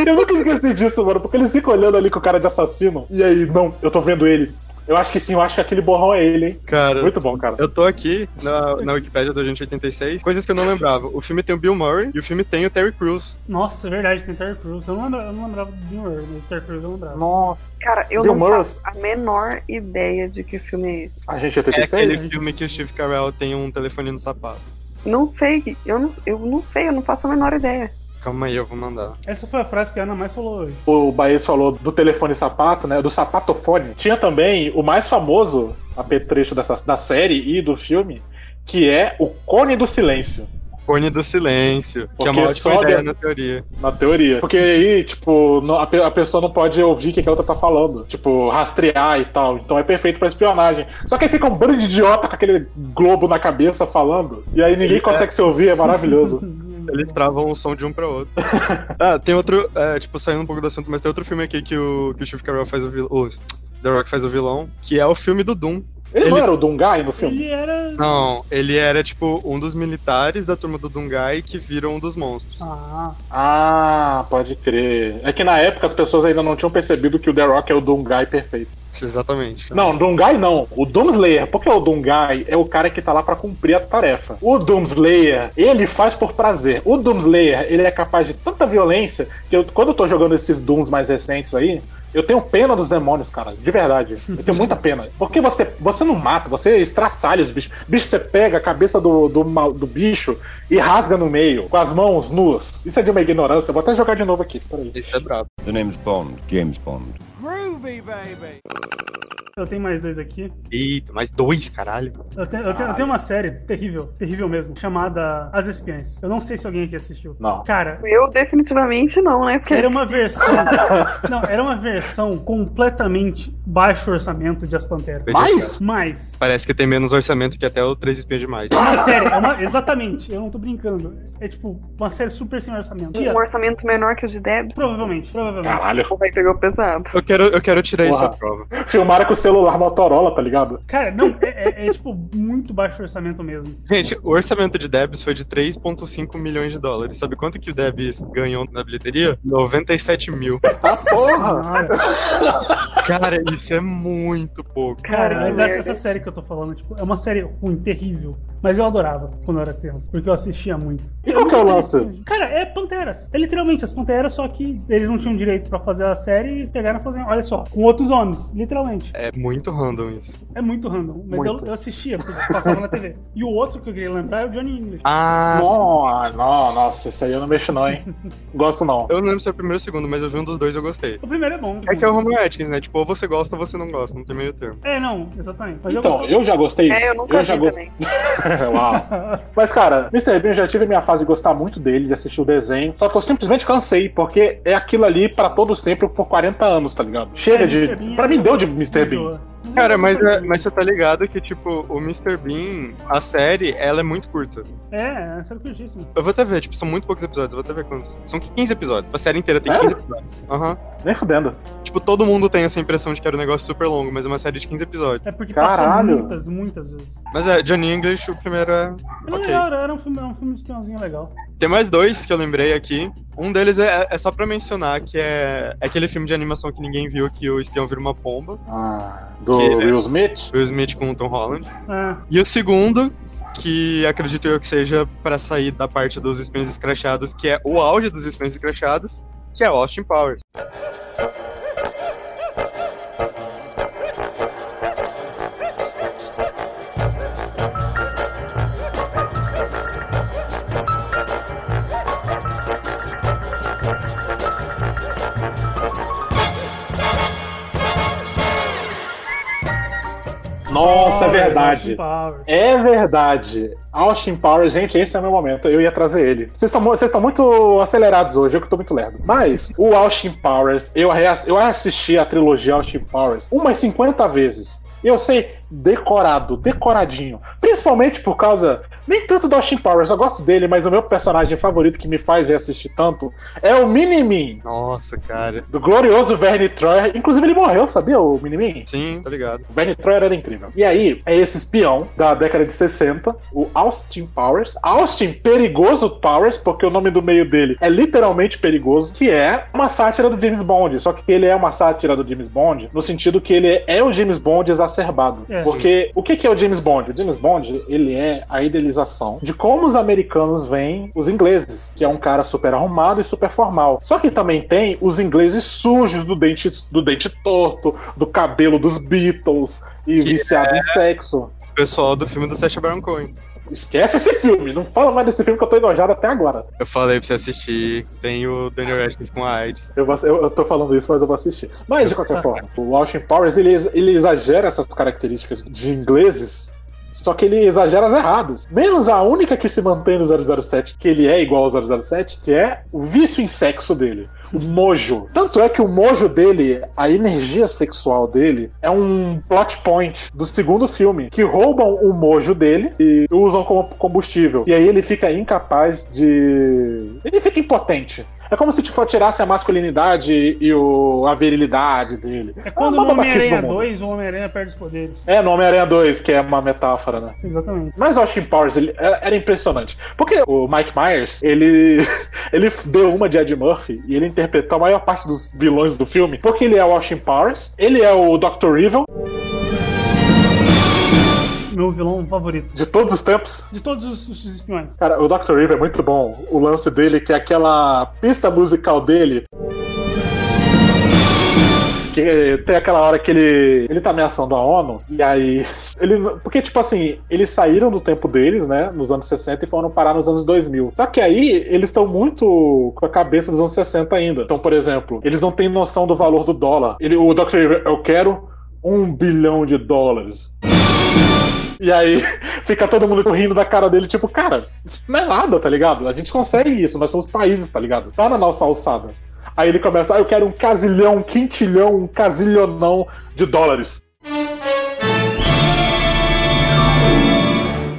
eu nunca esqueci disso, mano, porque eles ficam olhando ali com o cara de assassino. E aí, não, eu tô vendo ele. Eu acho que sim, eu acho que aquele borrão é ele, hein? Cara, Muito bom, cara. eu tô aqui na, na Wikipédia do Agente 86, coisas que eu não lembrava. O filme tem o Bill Murray e o filme tem o Terry Crews. Nossa, é verdade, tem Terry Crews. Eu não lembrava, eu não lembrava do Bill Murray, mas Terry Crews eu lembrava. Nossa. Cara, eu Bill não Murray. faço a menor ideia de que filme é esse. A gente é É aquele 86? filme que o Steve Carell tem um telefone no sapato. Não sei, eu não, eu não sei, eu não faço a menor ideia. Calma aí, eu vou mandar. Essa foi a frase que a Ana mais falou hoje. O Baez falou do telefone sapato, né? Do sapatofone. Tinha também o mais famoso apetrecho dessa, da série e do filme, que é o cone do silêncio. Cone do Silêncio, que é Porque uma ótima sobe ideia as- na teoria. Na teoria. Porque aí, tipo, não- a, pe- a pessoa não pode ouvir o que que a outra tá falando. Tipo, rastrear e tal. Então é perfeito pra espionagem. Só que aí fica um bando de idiota com aquele globo na cabeça falando. E aí ninguém consegue se ouvir, é maravilhoso. Eles travam o som de um pra outro. ah, tem outro, é, tipo, saindo um pouco do assunto, mas tem outro filme aqui que o, que o Steve Carell faz o vilão, o The Rock faz o vilão, que é o filme do Doom. Ele, não Ele- era o Dungai no filme? Ele era. Não, ele era, tipo, um dos militares da turma do Dungai que viram um dos monstros. Ah, Ah, pode crer. É que na época as pessoas ainda não tinham percebido que o The Rock é o Dungai perfeito. Exatamente. Não, Dungai não. O Doomslayer, porque o Dungai é o cara que tá lá pra cumprir a tarefa. O Doomslayer, ele faz por prazer. O Doomslayer, ele é capaz de tanta violência que eu- quando eu tô jogando esses Dooms mais recentes aí, eu tenho pena dos demônios, cara. De verdade. Eu tenho muita pena. Porque você, você não mata, você estraçalha os bichos. Bicho, você pega a cabeça do, do, mal- do bicho e rasga no meio, com as mãos nuas. Isso é de uma ignorância. Eu vou até jogar de novo aqui. Peraí. Isso é brabo. The name's Bond, James Bond. Groovy, baby. eu tenho mais dois aqui. Eita, mais dois, caralho. Eu tenho, eu, tenho, eu tenho uma série terrível, terrível mesmo, chamada As Espiãs. Eu não sei se alguém aqui assistiu. Não. Cara, Eu definitivamente não, né? Porque era uma versão. não, era uma versão completamente baixo orçamento de As Panteras. Mas, Mas. Parece que tem menos orçamento que até o Três Espinhas Demais. É uma série, é uma- exatamente, eu não tô brincando. É tipo, uma série super sem orçamento. um orçamento menor que o de Deb, Provavelmente, provavelmente. caralho, o vai pegou pesado. Eu quero, eu quero tirar isso Porra. à prova. filmaram com o celular Motorola, tá ligado? Cara, não, é, é- é, tipo muito baixo orçamento mesmo. Gente, o orçamento de Debs foi de 3,5 milhões de dólares. Sabe quanto que o Debs ganhou na bilheteria? 97 mil. Tá porra! Senhora. Cara, isso é muito pouco. Cara, mas essa, merda. essa série que eu tô falando, tipo, é uma série ruim, terrível. Mas eu adorava quando eu era criança, porque eu assistia muito. E qual que é o lance? Cara, é Panteras. É literalmente as Panteras, só que eles não tinham direito pra fazer a série e pegaram e fazer, olha só, com outros homens, literalmente. É muito random isso. É muito random, mas eu, Muito. eu assistia, porque passava na TV. E o outro que eu queria lembrar é o Johnny English. Ah, Não, ah, não, nossa, isso aí eu não mexo não, hein? Gosto não. eu não lembro se é o primeiro ou o segundo, mas eu vi um dos dois e eu gostei. O primeiro é bom. É que é o Homer Atkins, né? Tipo, ou você gosta ou você não gosta, não tem meio termo. É, não, exatamente. Mas Então, eu eu já gostei. É, eu nunca já vi gostei. também. Uau. gostava. Mas, cara, Mr. Bean, eu já tive minha fase de gostar muito dele, de assistir o desenho. Só que eu simplesmente cansei, porque é aquilo ali pra todo sempre por 40 anos, tá ligado? Chega É, Mr. Bean de. é- Pra mim deu de Mr. Bean. Enjoa. Cara, eu mas, gostava é- dele. mas você tá ligado que, tipo, o Mr. Bean, a série, ela é muito curta. É, é sério curtíssimo. Eu vou até ver, tipo, são muito poucos episódios, eu vou até ver quantos. São 15 episódios, a série inteira tem Sério? 15 episódios. Aham. Nem fudendo. Tipo, todo mundo tem essa impressão de que era um negócio super longo, mas é uma série de 15 episódios. É porque Caralho. passou muitas, muitas vezes. Mas é, Johnny English, o primeiro é. Era Ok. legal, era um filme, era um filme de espiãozinho legal. Tem mais dois que eu lembrei aqui. Um deles é, é só pra mencionar que é é aquele filme de animação que ninguém viu que o espião vira uma pomba. Ah, do Que- Will Smith? Will Smith com o Tom Holland. Ah, E o segundo, que acredito eu que seja pra sair da parte dos espiões escrachados, que é o auge dos espiões escrachados, que é Austin Powers. Nossa, é Powers, verdade. Austin Powers. É verdade. Austin Powers, gente, esse é o meu momento. Eu ia trazer ele. Vocês estão mu- vocês estão muito acelerados hoje, eu que tô muito lerdo. Mas o Austin Powers, eu, reass- eu assisti a trilogia Austin Powers umas 50 vezes. E Eu sei decorado, decoradinho. Principalmente por causa Nem tanto do Austin Powers, eu gosto dele, mas o meu personagem favorito que me faz reassistir tanto é o Minimin, Nossa, cara. do glorioso Verne Troyer. Inclusive, ele morreu, sabia, o Minimin? Sim, tá ligado. O Verne Troyer era incrível. E aí, é esse espião da década de 60, o Austin Powers. Austin Perigoso Powers, porque o nome do meio dele é literalmente perigoso, que é uma sátira do James Bond. Só que ele é uma sátira do James Bond no sentido que ele é o James Bond exacerbado. É. Porque o que que é o James Bond? O James Bond, ele é a idealização de como os americanos veem os ingleses, que é um cara super arrumado e super formal. Só que também tem os ingleses sujos do dente, do dente torto, do cabelo dos Beatles e Que viciado em sexo. O pessoal do filme do Sacha Baron Cohen. Esquece esse filme, não fala mais desse filme que eu tô enojado até agora. Eu falei pra você assistir. Tem o Daniel Radcliffe com a AIDS. Eu, vou- eu- eu tô falando isso, mas eu vou assistir. Mas, de qualquer forma, o Austin Powers, ele, ex- ele exagera essas características de ingleses, só que ele exagera as erradas. Menos a única que se mantém no 007, que ele é igual ao 007, que é o vício em sexo dele. O mojo. Tanto é que o mojo dele, a energia sexual dele, é um plot point do segundo filme, que roubam o mojo dele e usam como combustível. E aí ele fica incapaz de... Ele fica impotente. É como se tipo, tirasse a masculinidade e o, a virilidade dele. É quando Ah, uma no babaquice do Homem-Aranha mundo. 2, o Homem-Aranha perde os poderes. É, no Homem-Aranha 2, que é uma metáfora, né? Exatamente. Mas o Austin Powers ele era, era impressionante. Porque o Mike Myers, ele, ele deu uma de Ed Murphy e ele interpretou a maior parte dos vilões do filme. Porque ele é o Austin Powers, ele é o Dr. Evil Meu vilão favorito. de todos os tempos. De todos os, os espiões. Cara, o Dr. Evil é muito bom. O lance dele, que é aquela pista musical dele. Que tem aquela hora que ele, ele tá ameaçando a ONU, e aí. Ele, porque, tipo assim, eles saíram do tempo deles, né, nos anos 60 e foram parar nos anos 2000. Só que aí eles estão muito com a cabeça dos anos 60 ainda. Então, por exemplo, eles não têm noção do valor do dólar. Ele, o Dr. Evil, eu quero um bilhão de dólares. E aí fica todo mundo rindo da cara dele, tipo, cara, isso não é nada, tá ligado? A gente consegue isso, nós somos países, tá ligado? Tá na nossa alçada. Aí ele começa, ah, eu quero um casilhão, um quintilhão, um casilhonão de dólares.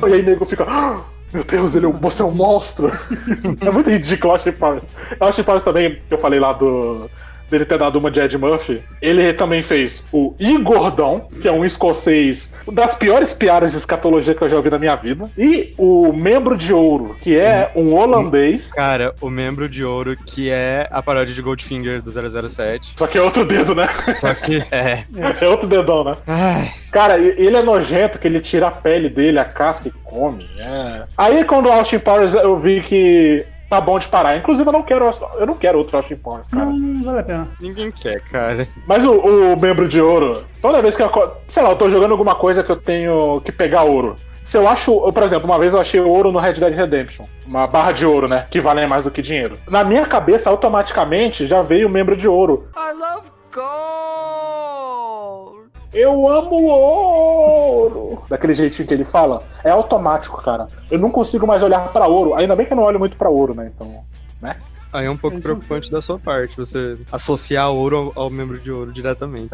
E aí nego fica, "Ah, meu Deus, ele é um, você é um monstro. é muito ridículo, eu acho Powers. Eu acho Powers também, que eu falei lá do. Dele ter dado uma de Ed Murphy. Ele também fez o Igordão, que é um escocês das piores piadas de escatologia que eu já ouvi na minha vida. E o Membro de Ouro, que é Uhum. um holandês. Cara, o membro de ouro que é a paródia de Goldfinger do 007. Só que é outro dedo, né? Só que. É. É outro dedão, né? Ai, Cara, e- ele é nojento que ele tira a pele dele, a casca e come. é. Aí quando o Austin Powers eu vi que tá bom de parar. Inclusive eu não quero, eu não quero outro Austin Powers, cara. Não, não Hum, vale a pena. ninguém quer, cara. Mas o, o membro de ouro, toda vez que eu, aco- sei lá, eu tô jogando alguma coisa que eu tenho que pegar ouro. Se eu acho, eu, por exemplo, uma vez eu achei ouro no Red Dead Redemption, uma barra de ouro, né, que vale mais do que dinheiro. Na minha cabeça automaticamente já veio o membro de ouro. I love gold. Eu amo ouro! Daquele jeitinho que ele fala, é automático, cara. Eu não consigo mais olhar pra ouro. Ainda bem que eu não olho muito pra ouro, né? Então. Aí é um pouco preocupante da sua parte, você associar ouro ao, ao membro de ouro diretamente.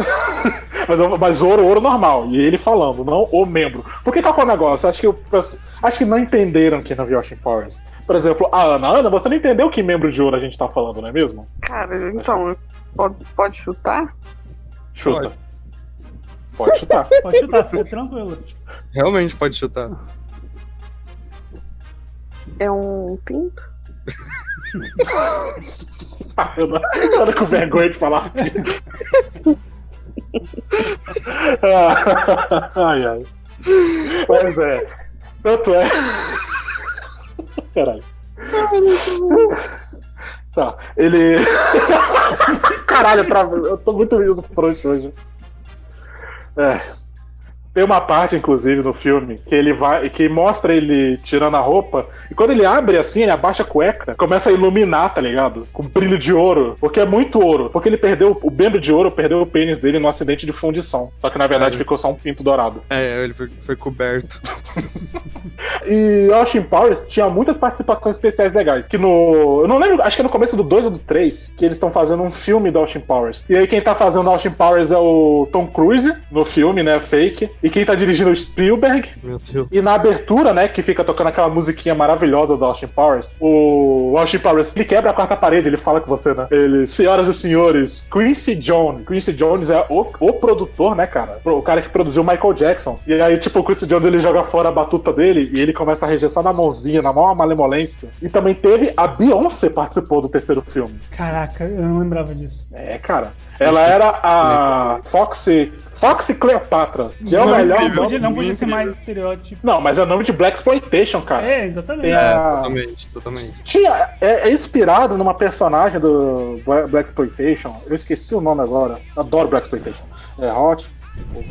Mas, eu- mas ouro, ouro normal. E ele falando, não o membro. Porque qual que é o negócio? Acho que, eu, acho que não entenderam quem não viu Austin Powers. Por exemplo, a Ana. Ana, você não entendeu que membro de ouro a gente tá falando, não é mesmo? Cara, então, pode, pode chutar? Chuta. Pode chutar. Pode chutar, fica tranquilo. Realmente pode chutar. É um pinto? Ana, Ana com vergonha de falar. ai, ai. Pois é. Tanto é. Caralho. Tá, ele. Caralho, eu, travo- eu tô muito riso frouxo hoje. É. Tem uma parte, inclusive, no filme que ele vai. que mostra ele tirando a roupa. E quando ele abre assim, ele abaixa a cueca, começa a iluminar, tá ligado? Com brilho de ouro. Porque é muito ouro. Porque ele perdeu. O membro de ouro perdeu o pênis dele no acidente de fundição. Só que na verdade Ai. ficou só um pinto dourado. É, ele foi, foi coberto. E Austin Powers tinha muitas participações especiais legais. Que no. Eu não lembro, acho que é no começo do 2 ou do 3, que eles estão fazendo um filme do Austin Powers. E aí quem tá fazendo Austin Powers é o Tom Cruise no filme, né? Fake. E E quem tá dirigindo é o Spielberg. Meu Deus. E na abertura, né, que fica tocando aquela musiquinha maravilhosa do Austin Powers, o Austin Powers, ele quebra a quarta parede, ele fala com você, né? Ele, senhoras e senhores, Quincy Jones. Quincy Jones é o, o produtor, né, cara? O cara que produziu Michael Jackson. E aí, tipo, o Quincy Jones, ele joga fora a batuta dele e ele começa a reger só na mãozinha, na maior malemolência. E também teve a Beyoncé participou do terceiro filme. Caraca, eu não lembrava disso. É, cara. Ela era a Foxy... Foxy Cleopatra, que é o Não, melhor não nome. podia, não podia ser incrível. mais estereótipo. Não, mas é nome de Black Exploitation, cara. É, exatamente. Tem É, a- totalmente, totalmente. Tinha, é, é inspirado numa personagem do Black Exploitation. Eu esqueci o nome agora. Adoro Black Exploitation. É Hot.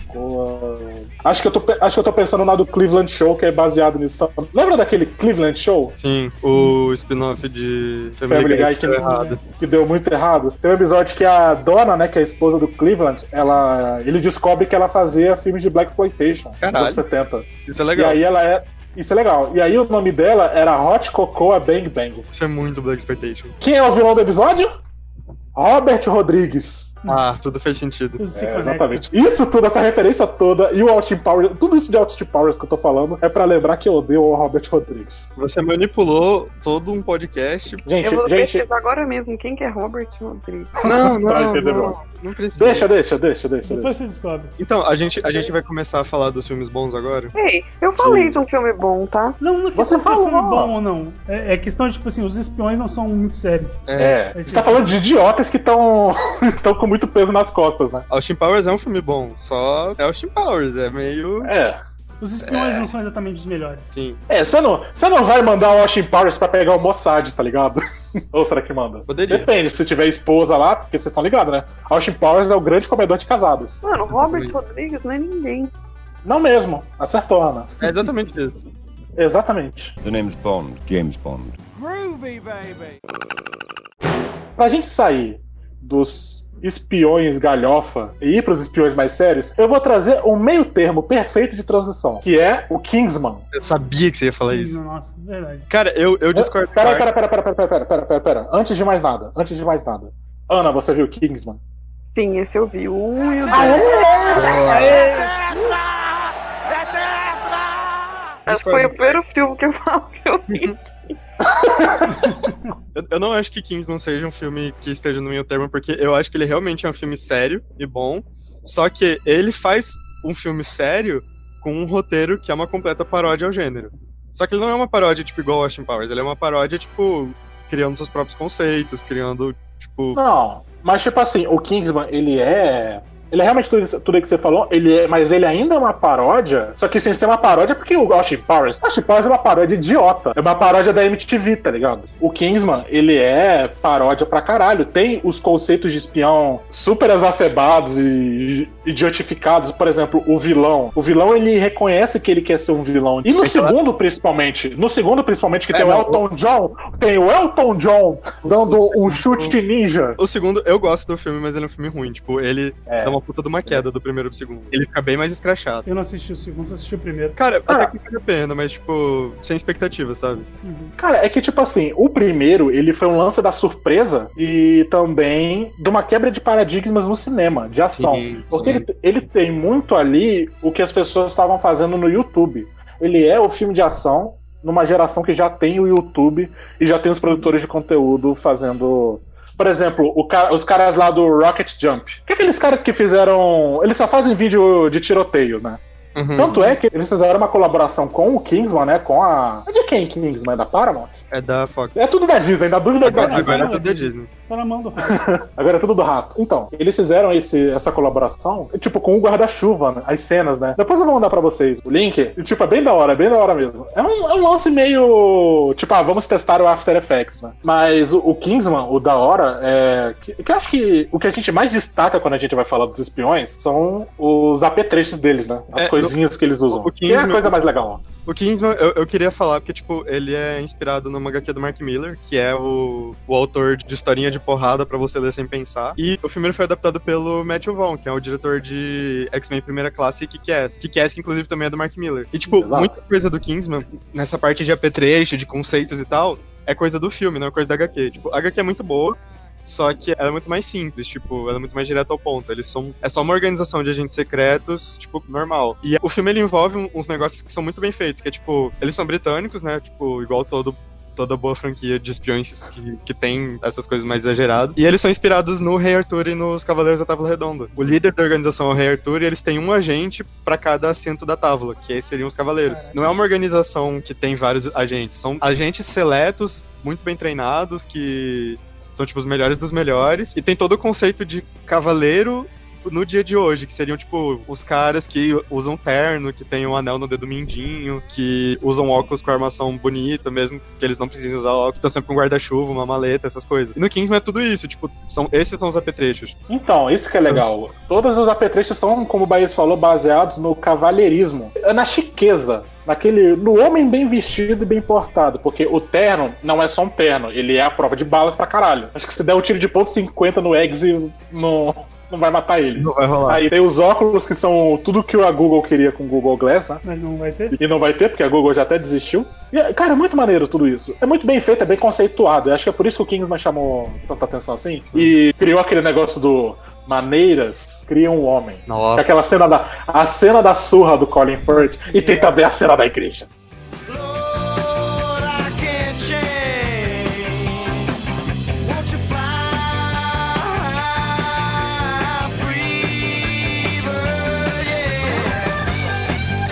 Cocoa. Acho que, eu tô, pe- acho que eu tô pensando na do Cleveland Show, que é baseado nisso. também. Lembra daquele Cleveland Show? Sim, o spin-off de Family Guy que, deu errado. que deu muito errado. Tem um episódio que a dona, né, que é a esposa do Cleveland, ela, ele descobre que ela fazia filmes de Black Exploitation nos Caralho. anos 70. Isso é legal. E aí ela é. Isso é legal. E aí o nome dela era Hot Cocoa Bang Bang. Isso é muito Black Expectation. Quem é o vilão do episódio? Robert Rodrigues. Ah, tudo fez sentido. Tudo se É, conecta. exatamente. Isso tudo, essa referência toda e o Austin Powers, tudo isso de Austin Powers que eu tô falando é pra lembrar que eu odeio o Robert Rodrigues. Você manipulou todo um podcast. Gente, Eu vou gente, pesquisar agora mesmo quem que é Robert Rodrigues. Não, Pra não, entender não, não precisa. deixa, deixa, deixa, deixa. deixa. Depois você descobre. Então, a gente, a gente vai começar a falar dos filmes bons agora? Ei, eu falei de um filme bom, tá? Não, não é Você questão de ser filme falou. bom ou não. É, é questão de, tipo assim, os espiões não são muito sérios. É, esse- você tá falando de idiotas que estão com muito peso nas costas, né? Austin Powers é um filme bom, só é Austin Powers, é meio. É. Os espiões não são exatamente os melhores. Sim. É, você não, você não vai mandar o Austin Powers pra pegar o Mossad, tá ligado? Ou será que manda? Poderia. Depende, se tiver esposa lá, porque vocês estão ligados, né? Austin Powers é o grande comedor de casados. Mano, Robert Rodrigues não é ninguém. Não mesmo, acertou, Ana. É exatamente isso. Exatamente. The name's Bond, James Bond. Groovy, baby. Pra gente sair dos espiões galhofa e ir pros espiões mais sérios, eu vou trazer um meio termo perfeito de transição, que é o Kingsman. Eu sabia que você ia falar É isso. Nossa, verdade. Cara, eu, eu discordo. Pera, pera, pera, pera, pera, pera, pera, pera, pera, pera. Antes de mais nada, antes de mais nada. Ana, você viu Kingsman? Sim, esse eu vi. O um e o Ah, dois. é? Acho que foi o primeiro filme que eu falo que eu vi. Eu, eu não acho que Kingsman seja um filme que esteja no meio termo, porque eu acho que ele realmente é um filme sério e bom. Só que ele faz um filme sério com um roteiro que é uma completa paródia ao gênero. Só que ele não é uma paródia, tipo, igual Austin Powers. Ele é uma paródia, tipo, criando seus próprios conceitos, criando, tipo... Não, mas tipo assim, o Kingsman, ele é... Ele é realmente tudo isso- tudo isso que você falou, ele é, mas ele ainda é uma paródia, só que sem ser uma paródia, porque o Austin Powers, Austin Powers é uma paródia idiota, é uma paródia da MTV, tá ligado? O Kingsman, ele é paródia pra caralho, tem os conceitos de espião super exacerbados e idiotificados, por exemplo, o vilão. O vilão, ele reconhece que ele quer ser um vilão. E no segundo, principalmente, no segundo, principalmente, que Então, É, tem o não, Elton John, tem o Elton John dando um chute ninja. O segundo, eu gosto do filme, mas ele é um filme ruim. Tipo, ele É. dá uma puta de uma queda do primeiro pro segundo. Ele fica bem mais escrachado. Eu não assisti o segundo, só assisti o primeiro. Cara, Ah. até que vale a pena, mas, tipo, sem expectativa, sabe? Cara, é que tipo assim, o primeiro, ele foi um lance da surpresa e também de uma quebra de paradigmas no cinema, de ação. Sim, Porque sim. ele, ele tem muito ali o que as pessoas estavam fazendo no YouTube. Ele é o filme de ação numa geração que já tem o YouTube e já tem os produtores de conteúdo fazendo. Por exemplo, o ca- os caras lá do Rocket Jump. Que é aqueles caras que fizeram. Eles só fazem vídeo de tiroteio, né? Uhum. Tanto é que eles fizeram uma colaboração com o Kingsman, né? Com a. É de quem Kingsman? É da Paramount? É da Fox. É tudo da Disney, da dúvida é da Disney. Agora é né? tudo da Disney. Tá na mão do Robert. Agora é tudo do rato. Então, eles fizeram esse, essa colaboração, tipo, com o guarda-chuva, né? as cenas, né? Depois eu vou mandar pra vocês o link. E, tipo, é bem da hora, é bem da hora mesmo. É um, é um lance meio. Tipo, ah, vamos testar o After Effects, né? Mas o, o Kingsman, o da hora, é. Que, que eu acho que o que a gente mais destaca quando a gente vai falar dos espiões são os apetrechos deles, né? As É, coisinhas que eles usam. o que é a Kingsman- coisa mais legal. O Kingsman, eu, eu queria falar, porque, tipo, ele é inspirado numa HQ do Mark Miller, que é o, o autor de historinha de porrada pra você ler sem pensar. E o filme foi adaptado pelo Matthew Vaughn, que é o diretor de X-Men Primeira Classe e Kick-Ass. Kick-Ass, que inclusive, também é do Mark Miller. E, tipo, Exato. muita coisa do Kingsman, nessa parte de apetrecho, de conceitos e tal, é coisa do filme, não é coisa da HQ. Tipo, a HQ é muito boa, Só que ela é muito mais simples, tipo, ela é muito mais direta ao ponto. Eles são. É só uma organização de agentes secretos, tipo, normal. E o filme ele envolve um- uns negócios que são muito bem feitos, que é tipo, eles são britânicos, né? Tipo, igual todo toda boa franquia de espiões que, que tem essas coisas mais exageradas. E eles são inspirados no Rei Arthur e nos Cavaleiros da Távola Redonda. O líder da organização é o Rei Arthur e eles têm um agente pra cada assento da távola, que seriam os Cavaleiros. Não é uma organização que tem vários agentes, são agentes seletos, muito bem treinados, que são tipo os melhores dos melhores. E tem todo o conceito de cavaleiro no dia de hoje, que seriam, tipo, os caras que usam terno, que tem um anel no dedo mindinho, que usam óculos com armação bonita, mesmo que eles não precisem usar óculos, estão sempre com guarda-chuva, uma maleta, essas coisas. E no Kingsman é tudo isso, tipo, são, esses são os apetrechos. Então, isso que é legal. Todos os apetrechos são, como o Baez falou, baseados no cavalheirismo, É na chiqueza, naquele, no homem bem vestido e bem portado, porque o terno não é só um terno, ele é a prova de balas pra caralho. Acho que se der um tiro de ponto 50 no Eggs, não, não vai matar ele. Não vai rolar. Aí tem os óculos que são tudo que a Google queria com o Google Glass, né? Mas não vai ter? E não vai ter, porque a Google já até desistiu. E, cara, é muito maneiro tudo isso. É muito bem feito, é bem conceituado. Eu acho que é por isso que o Kingsman chamou tanta atenção assim. E criou aquele negócio do maneiras criam um homem. Nossa. Aquela cena da. A cena da surra do Colin Firth. E tem também a cena da igreja. Lord, I can't change. Won't you fly free bird, yeah.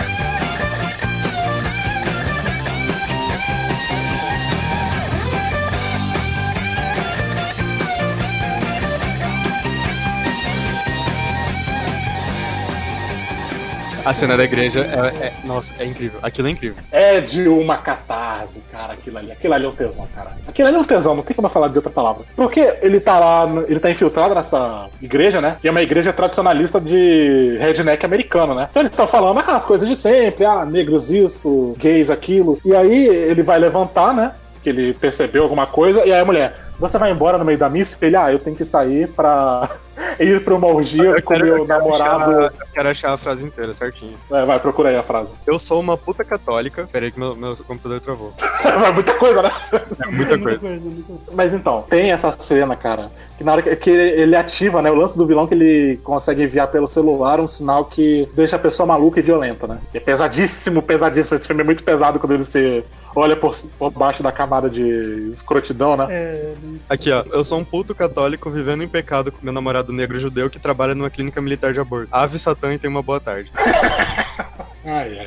A cena da igreja é, é- nossa, é incrível. Aquilo é incrível. É de uma catarse, cara, aquilo ali. Aquilo ali é um tesão, cara. Aquilo ali é um tesão, não tem como eu falar de outra palavra. Porque ele tá lá, no- ele tá infiltrado nessa igreja, né? E é uma igreja tradicionalista de redneck americano, né? Então eles estão falando aquelas coisas de sempre, ah, negros isso, gays aquilo. E aí ele vai levantar, né? Que ele percebeu alguma coisa, e aí a mulher, você vai embora no meio da missa? Ele, ah, eu tenho que sair pra ir pra uma orgia com meu namorado. achar, eu quero achar a frase inteira, certinho. É, vai, procura aí a frase. Eu sou uma puta católica. Peraí que meu, meu computador travou. Vai muita coisa, né? É muita coisa. muita coisa. né? Mas então, tem essa cena, cara, que na hora que, que ele ativa, né, o lance do vilão que ele consegue enviar pelo celular um sinal que deixa a pessoa maluca e violenta, né? É pesadíssimo, pesadíssimo. Esse filme é muito pesado quando ele se olha por, por baixo da camada de escrotidão, né? É, Aqui, ó. Eu sou um puto católico vivendo em pecado com meu namorado negro judeu que trabalha numa clínica militar de aborto. Ave Satã e tem uma boa tarde.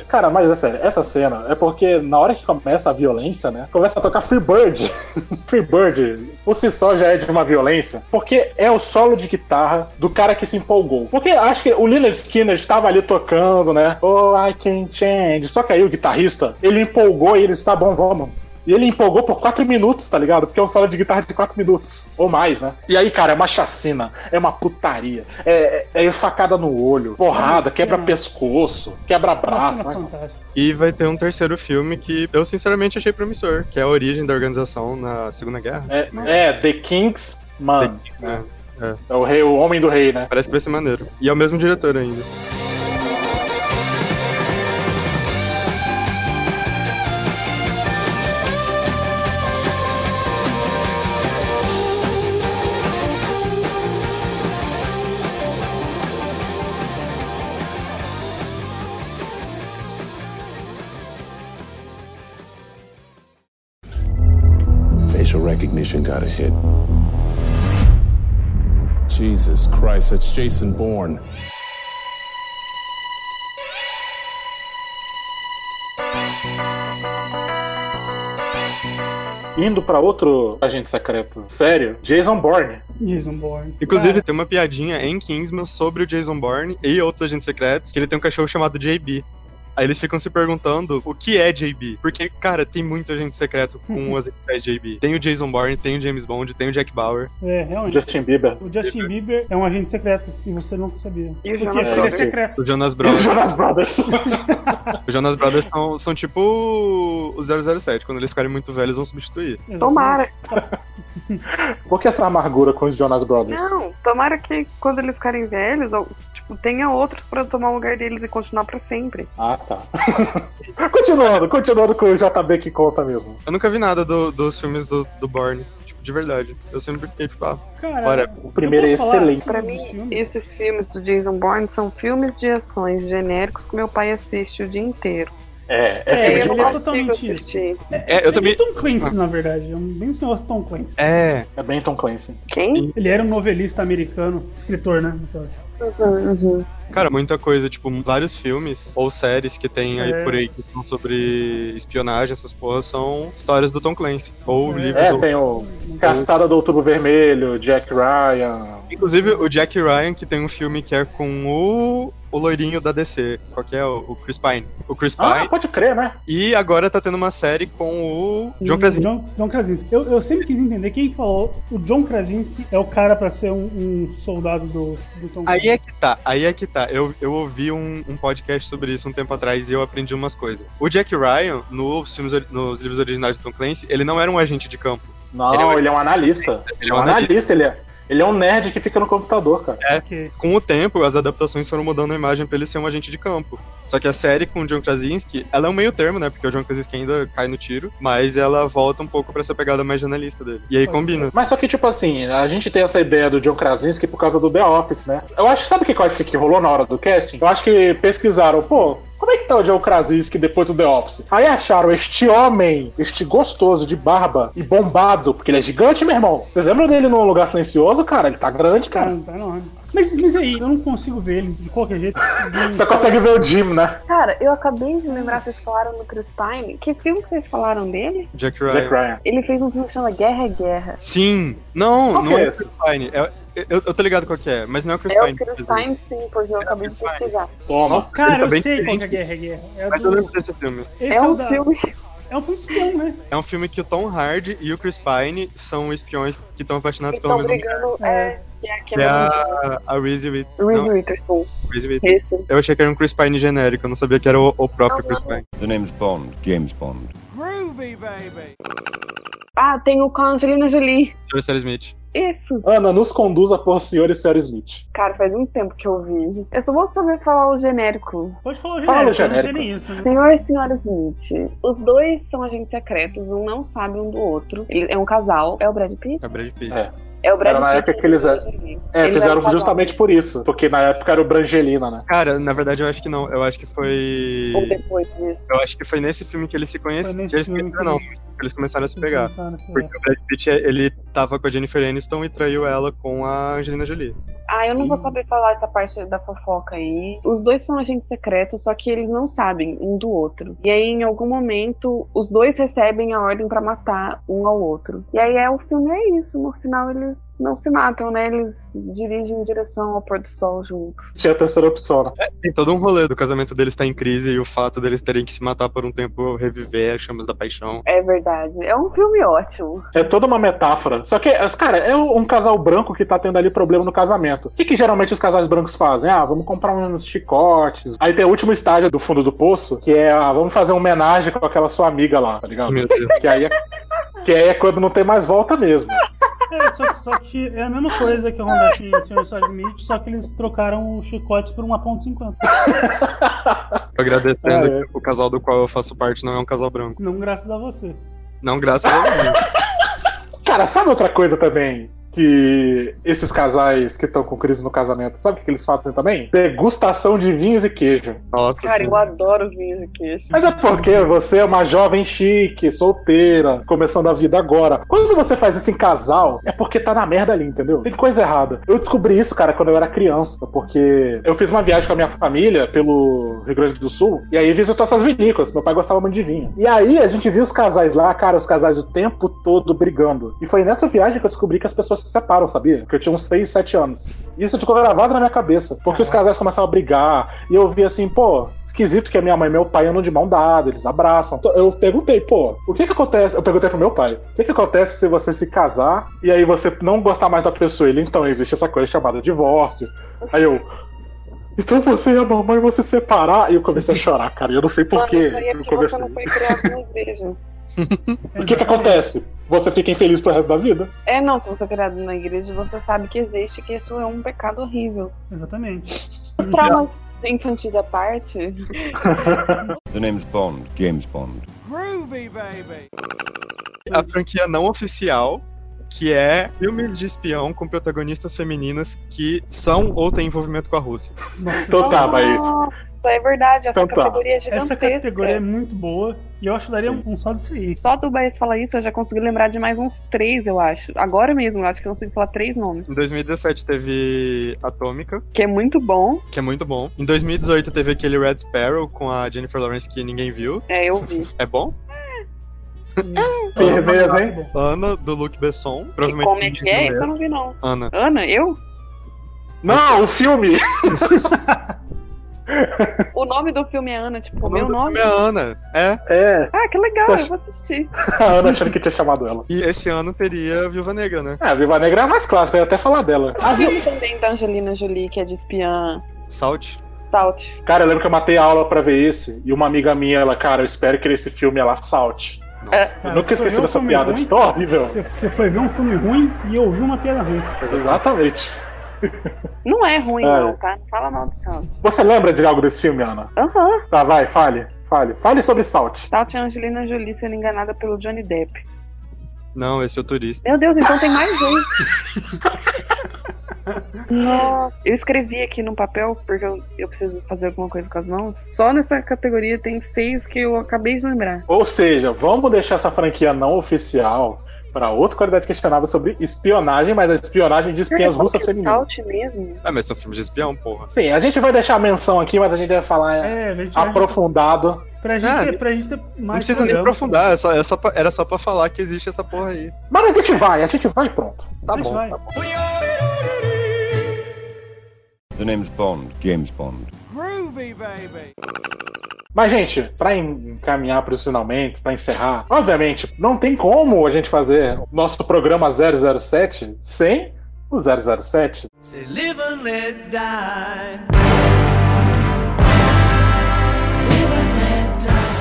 Cara, mas é sério, essa cena é porque na hora que começa a violência, né? Começa a tocar Freebird. Freebird, por si só já é de uma violência, porque é o solo de guitarra do cara que se empolgou. Porque acho que o Leonard Skinner estava ali tocando, né? Oh, I can change. Só que aí o guitarrista, ele empolgou e ele disse, tá bom, vamos. E ele empolgou por 4 minutos, tá ligado? Porque é um solo de guitarra de 4 minutos. Ou mais, né? E aí, cara, é uma chacina, é uma putaria, é, é, é facada no olho, porrada, Nossa, quebra mano. pescoço, quebra uma braço. cena né? fantástica. E vai ter um terceiro filme que eu sinceramente achei promissor, que é a origem da organização na Segunda Guerra. É, é, The Kings Man. É, É o rei, o homem do rei, né? parece que vai ser maneiro. E é o mesmo diretor ainda. Facial recognition got a hit. Jesus Christ, that's Jason Bourne. Indo pra outro agente secreto sério, Jason Bourne. Jason Bourne. Inclusive, Cara, tem uma piadinha em Kingsman sobre o Jason Bourne e outros agentes secretos, que ele tem um cachorro chamado JB. Aí eles ficam se perguntando o que é JB. Porque, cara, tem muito agente secreto com as iniciais JB. Tem o Jason Bourne, tem o James Bond, tem o Jack Bauer. é, realmente. Justin Bieber. O Justin Bieber é um agente secreto e você não sabia. E o Porque Jonas ele é Brothers. secreto. O E Jonas os Brothers. Jonas Brothers. Os Jonas Brothers são, são tipo os 007. Quando eles ficarem muito velhos, vão substituir. Exatamente. Tomara. Por que essa amargura com os Jonas Brothers? Não, tomara que quando eles ficarem velhos, ou, tipo, tenha outros pra tomar o lugar deles e continuar pra sempre. Ah, tá. continuando, continuando com o JB que conta mesmo. Eu nunca vi nada do- dos filmes do, do Bourne. Tipo, de verdade. Eu sempre fiquei tipo, ah, Cara, Olha, eu o primeiro é posso falar excelente. Pra dos mim, filmes? esses filmes do Jason Bourne são filmes de ações genéricos que meu pai assiste o dia inteiro. É, é, filme É, eu não demais. consigo totalmente isso. assistir. É, eu também. É bem Tom Clancy, na verdade. É um- bem um negócio Tom Clancy. É, É bem Tom Clancy. Quem? Ele era um novelista americano, escritor, né? no caso. Uhum. cara, muita coisa, tipo, vários filmes ou séries que tem aí É. por aí que são sobre espionagem, essas porras, são histórias do Tom Clancy. Ou É. livros. É, ou- tem o Castada do Outubro Vermelho, Jack Ryan. Inclusive o Jack Ryan, que tem um filme que é com o, o loirinho da DC. Qual que é? O o Chris Pine. O Chris Pine. Ah, pode crer, né? E agora tá tendo uma série com o John Krasinski. John, John Krasinski. Eu, eu sempre quis entender quem falou. O John Krasinski é o cara pra ser um, um soldado do, do Tom Aí é que tá, aí é que tá. Eu, eu ouvi um, um podcast sobre isso um tempo atrás e eu aprendi umas coisas. O Jack Ryan, nos, filmes, ori- nos livros originais do Tom Clancy, ele não era um agente de campo. Não, Ele ele é é um- um, analista. Ele Ele é é um um analista, ele é, ele é um nerd que fica no computador, cara. Krasinski. Com o tempo, as adaptações foram mudando a imagem pra ele ser um agente de campo. Só que a série com o John Krasinski, ela é um meio termo, né? Porque o John Krasinski ainda cai no tiro, mas ela volta um pouco pra essa pegada mais jornalista dele. E aí Pode combina. Mas só que, tipo assim, a gente tem essa ideia do John Krasinski por causa do The Office, né? Eu acho, sabe o que, que eu acho que, que rolou na hora do casting? Eu acho que pesquisaram, pô, como é que tá o John Krasinski depois do The Office? Aí acharam este homem, este gostoso de barba e bombado, porque ele é gigante, meu irmão. Vocês lembram dele no Lugar Silencioso, cara? Ele tá grande, Tá, cara. tá enorme. Mas, mas aí, eu não consigo ver ele de qualquer jeito. Você consegue ver o Jim, né? Cara, eu acabei de lembrar, vocês falaram do Chris Pine. Que filme que vocês falaram dele? Jack Ryan. Jack Ryan. Ele fez um filme que chama Guerra é Guerra. Sim! Não, Qual não que é é o esse? Chris Pine. É- eu, eu tô ligado qual que é, mas não é o Chris É o Pine. Chris Pine, sim, porque eu acabei de Chris Pine. pesquisar. Toma. Ele Cara, tá eu bem sei qual que é a diferente. guerra, é guerra. É, Mas do- eu lembro desse filme. esse É o um da- filme que É um filme de espião, né? É um filme que o Tom Hardy e o Chris Pine são espiões que estão apaixonados pela estão mesma mulher. tá brigando. mulher. É, que é Que é a, a Reese With. Reese não, Witherspoon. Reese With. Esse. Eu achei que era um Chris Pine genérico, eu não sabia que era o, o próprio Chris Pine. The name's Bond, James Bond. Groovy, baby. Ah, tem o com a Angelina Jolie. Sr. Sarah Smith. Isso. Ana, nos conduza por senhor e senhora Smith. Cara, faz muito tempo que eu vi. Eu só vou saber falar o genérico. Pode falar o Fala genérico, o eu não sei genérico. nem isso. Né? Senhor e senhora Smith. Os dois são agentes secretos, um não sabe um do outro. Ele é um casal. É o Brad Pitt? É Brad Pitt. É. É o Brad Era na Pitt. época que eles- É, Eles eram fizeram casal. justamente por isso. Porque na época era o Brangelina, né? Cara, na verdade eu acho que não. Eu acho que Ou foi. depois disso. Eu acho que foi nesse filme que eles se Foi conheceram. nesse Eles, se filme que conheceram, não, eles- que eles começaram a se pegar. Pensaram nessa- Porque o Brad Pitt, ele tava com a Jennifer Aniston e traiu ela com a Angelina Jolie. Ah, eu não vou saber falar essa parte da fofoca aí. Os dois são agentes secretos, só que eles não sabem um do outro. E aí, em algum momento, os dois recebem a ordem pra matar um ao outro. E aí é o filme é isso. No final eles não se matam, né? Eles dirigem em direção ao pôr do sol juntos. Tinha a terceira opção, né? Tem todo um rolê do casamento deles tá em crise e o fato deles terem que se matar por um tempo reviver as chamas da paixão. É verdade. É um filme ótimo. É toda uma metáfora. Só que, as- cara, é um casal branco que tá tendo ali problema no casamento. O que, que geralmente os casais brancos fazem? Ah, vamos comprar uns chicotes. Aí tem o último estágio do fundo do poço, que é, ah, vamos fazer uma homenagem com aquela sua amiga lá, tá ligado? Meu Deus. Que aí é, que aí é quando não tem mais volta mesmo. É, só, que- só que é a mesma coisa que acontece em Senhor e Senhora Smith, só que eles trocaram o chicote por 1.50. Tô agradecendo Ah, é. que o casal do qual eu faço parte não é um casal branco. Não graças a você. Não, graças a Deus. Cara, sabe outra coisa também? Que esses casais que estão com crise no casamento, sabe o que que eles fazem também? Degustação de vinhos e queijo. Nossa, Cara, assim. eu adoro vinhos e queijo. Mas é porque você é uma jovem chique, solteira, começando a vida agora. Quando você faz isso em casal, é porque tá na merda ali, entendeu? Tem coisa errada. Eu descobri isso, cara, quando eu era criança, porque eu fiz uma viagem com a minha família pelo Rio Grande do Sul, e aí visitou essas vinícolas. Meu pai gostava muito de vinho. E aí a gente viu os casais lá, cara, os casais o tempo todo brigando. E foi nessa viagem que eu descobri que as pessoas se separam, sabia? Que eu tinha uns 6, 7 anos. E isso ficou gravado na minha cabeça, porque os casais começavam a brigar, e eu vi assim, pô, esquisito que a minha mãe e meu pai andam de mão dada, eles abraçam. Então, Eu perguntei, pô, o que que acontece? Eu perguntei pro meu pai, o que que acontece se você se casar e aí você não gostar mais da pessoa? Ele, então, existe essa coisa chamada divórcio. Aí eu. Então você e a mamãe vão se separar? E eu comecei a chorar, cara. e Eu não sei Mano, porquê. isso aí é porque você não foi criado na igreja. O que que acontece? Você fica infeliz pro resto da vida? É, não, se você é criado na igreja, você sabe que existe, que isso é um pecado horrível. Exatamente. Os traumas infantis à parte, The name's Bond, James Bond. Groovy, baby. a franquia não oficial que é filmes de espião com protagonistas femininas que são ou têm envolvimento com a Rússia. Nossa, Então tá, mas. Nossa, é verdade, essa Então tá. categoria é gigantesca. Essa categoria é muito boa e eu acho que daria um, um só disso aí. Só do Baez falar isso, eu já consegui lembrar de mais uns três, eu acho. Agora mesmo, eu acho que eu consigo falar três nomes. Em 2017 teve Atômica, Que é muito bom. que é muito bom. Em 2018 teve aquele Red Sparrow com a Jennifer Lawrence que ninguém viu. É, eu vi. É bom? Firmeza, hein? Ana, do Luc Besson. que Provavelmente como é que ninguém é? viu. Isso eu não vi, não. Ana. Ana, eu? Não, o filme! O nome do filme é Ana, tipo, O o meu nome? filme é Ana. É. É, Ah, que legal, Você acha- eu vou assistir. a Ana achando que tinha chamado ela. E esse ano teria Viúva Negra, né? É, a Viva Negra é a mais clássica, eu ia até falar dela. O filme Ah, também da Angelina Jolie, que é de espiã Salt. Salt. Cara, eu lembro que eu matei a aula pra ver esse, e uma amiga minha, ela, cara, eu espero que esse filme ela salte. eu Cara, nunca se for esqueci ver um dessa filme piada, ruim, de tão horrível. Você você foi ver um filme ruim e ouviu uma piada ruim. Exatamente. Não é ruim, É. não, tá? Não fala mal do Salt. Você lembra de algo desse filme, Ana? Aham. Tá, vai, fale. Fale. Fale sobre Salt. Salt é a Angelina Jolie sendo enganada pelo Johnny Depp. Não, esse é o Turista. Meu Deus, então tem mais um. Nossa, eu escrevi aqui num papel, porque eu, eu preciso fazer alguma coisa com as mãos. Só nessa categoria tem seis que eu acabei de lembrar. Ou seja, vamos deixar essa franquia não oficial para outra qualidade questionável sobre espionagem, mas a espionagem de espiãs Qual que russas é o femininas. Salt mesmo? Ah, mas são filmes de espião, porra. Sim, a gente vai deixar a menção aqui, mas a gente vai falar é, É, a gente, aprofundado. pra, gente Ah, ter, pra gente ter mais. Não precisa nem aprofundar, é só- é só pra- era só pra falar que existe essa porra aí. Mas a gente vai, a gente vai e pronto. Tá bom. vai. tá bom. The name's Bond, James Bond. Groovy, baby. Mas, gente, para encaminhar para os finalmente, para encerrar, obviamente, não tem como a gente fazer o nosso programa 007 sem o 007. Say live and let die.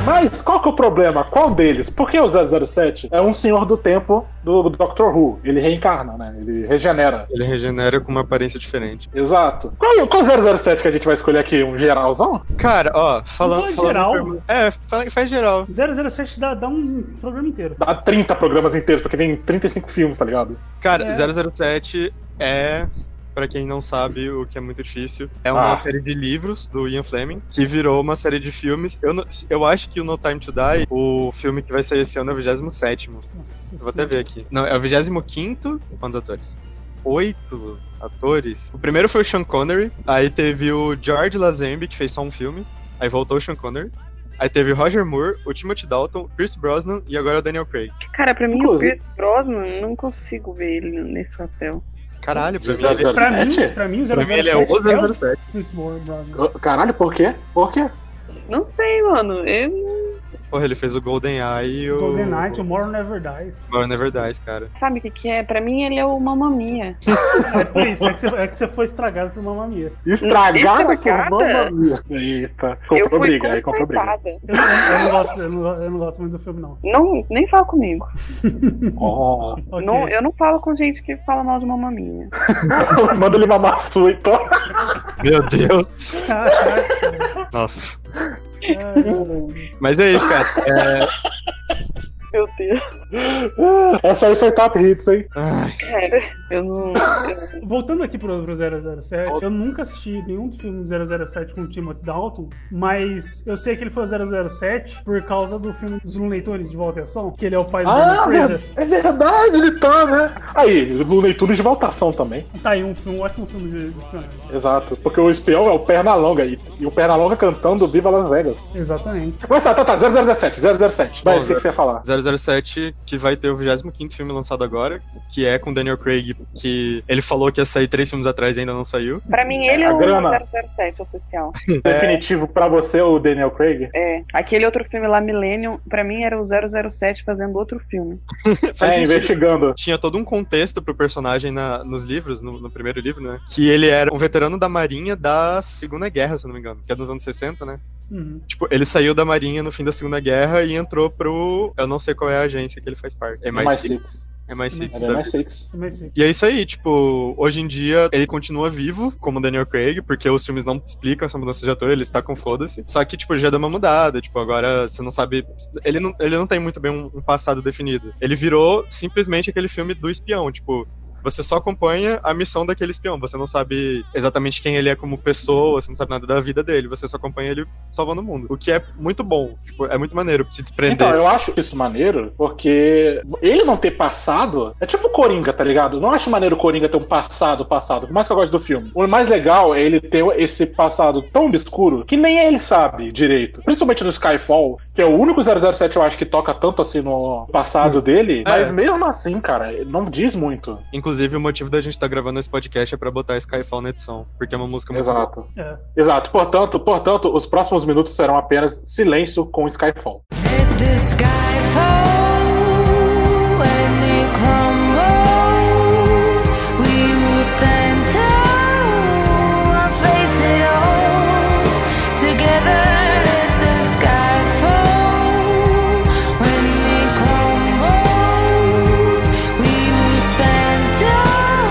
Mas qual que é o problema? Qual deles? Porque o 007 é um senhor do tempo do Doctor Who. Ele reencarna, né? Ele regenera. Ele regenera com uma aparência diferente. Exato. Qual, qual 007 que a gente vai escolher aqui? Um geralzão? Cara, ó, falando. Vamos falar falando geral? pergu- É, fala- faz geral. 007 dá, dá um programa inteiro. Dá 30 programas inteiros, porque tem 35 filmes, tá ligado? Cara, É. 007 é, pra quem não sabe, o que é muito difícil, é uma Ah. série de livros do Ian Fleming, que virou uma série de filmes. Eu, não- eu acho que o No Time to Die, o filme que vai sair esse ano é o 27 Nossa Vou até senhora. ver aqui. Não, é o 25 Quantos atores? Oito atores. O primeiro foi o Sean Connery. Aí teve o George Lazenby, que fez só um filme. Aí voltou o Sean Connery. Aí teve o Roger Moore, o Timothy Dalton, o Pierce Brosnan e agora o Daniel Craig. Cara, pra mim Inclusive- o Pierce Brosnan, não consigo ver ele nesse papel. Caralho, pra mim ele, 007? Pra mim, pra mim, o 007 pra mim ele é o o 007. Chris Brosnan. Caralho, por quê? Por quê? Não sei, mano. Eu- Porra, ele fez o Golden Eye e o... Golden Knight, Tomorrow Never Dies. Tomorrow Never Dies, cara. Sabe o que, que é? Pra mim ele é o Mamma Mia. Então É por isso, é que você, é que você foi estragado por Mamma Mia. Estragada, Estragada? por Mamma Mia. Eita. eu Comprou fui briga, aí comprou briga. consertada. Eu, eu não gosto, eu, não, go- eu não gosto muito do filme, não. Não, nem fala comigo. Ó. Ok. Não, eu não falo com gente que fala mal de Mamma Mia. Manda ele mamar sua, então. Meu Deus. Caraca. Nossa. É, Mas é isso, cara. É... Meu Deus. Essa aí foi top hits, hein? Ai, Cara, eu não. Voltando aqui pro, pro 007, eu nunca assisti nenhum dos filmes do 007 com o Timothy Dalton, mas eu sei que ele foi o 007 por causa do filme dos Looney Tunes de Volta e Ação, que ele é o pai do Ah, Brendan Fraser. é verdade, ele tá, né? Aí, Looney Tunes de voltação também. Tá aí um, filme, um ótimo filme de, de espionagem. Exato, porque o espião é o Pernalonga e, e o Pernalonga cantando Viva Las Vegas. Exatamente. Mas tá, tá, tá, 007, 007. Vai, Bom, o que que você ia falar? 007, que vai ter o 25 filme lançado agora, que é com Daniel Craig, que ele falou que ia sair três filmes atrás e ainda não saiu. Pra mim, ele é, A o grana. 007 oficial. É. Definitivo pra você, o Daniel Craig? É. Aquele outro filme lá, Millennium, pra mim era o 007 fazendo outro filme. Faz é, sentido. investigando. Tinha todo um contexto pro personagem na- nos livros, no, no primeiro livro, né? Que ele era um veterano da Marinha da Segunda Guerra, se eu não me engano, que é dos anos 60, né? Uhum. Tipo, ele saiu da Marinha no fim da Segunda Guerra e entrou pro. Eu não sei qual é a agência que ele faz parte. É Mais, mais. six. MI6. Era da mais six. MI6. E é isso aí, tipo, hoje em dia ele continua vivo, como o Daniel Craig, porque os filmes não explicam essa mudança de ator, ele está com foda-se. Só que, tipo, já deu uma mudada, tipo, agora você não sabe. Ele não, ele não tem muito bem um, um passado definido. Ele virou simplesmente aquele filme do espião, tipo. Você só acompanha a missão daquele espião. Você não sabe exatamente quem ele é como pessoa, você não sabe nada da vida dele. Você só acompanha ele salvando o mundo. O que é muito bom. Tipo, é muito maneiro se desprender. Então, eu acho isso maneiro, porque ele não ter passado é tipo Coringa, tá ligado? Eu Não acho maneiro o Coringa ter um passado, passado. Por mais que eu goste do filme. O mais legal é ele ter esse passado tão obscuro que nem ele sabe direito. Principalmente no Skyfall, que é o único 007 eu acho que toca tanto assim no passado Hum. É. dele. Mas mesmo assim, cara, não diz muito. Inclusive, o motivo da gente estar gravando esse podcast é pra botar Skyfall na edição, porque é uma música muito boa. Exato. É. Exato. Portanto, portanto, os próximos minutos serão apenas silêncio com Skyfall. Let the sky fall and it crumbles. We will stand tall and face it all. Together, let the sky fall when it crumbles. We will stand tall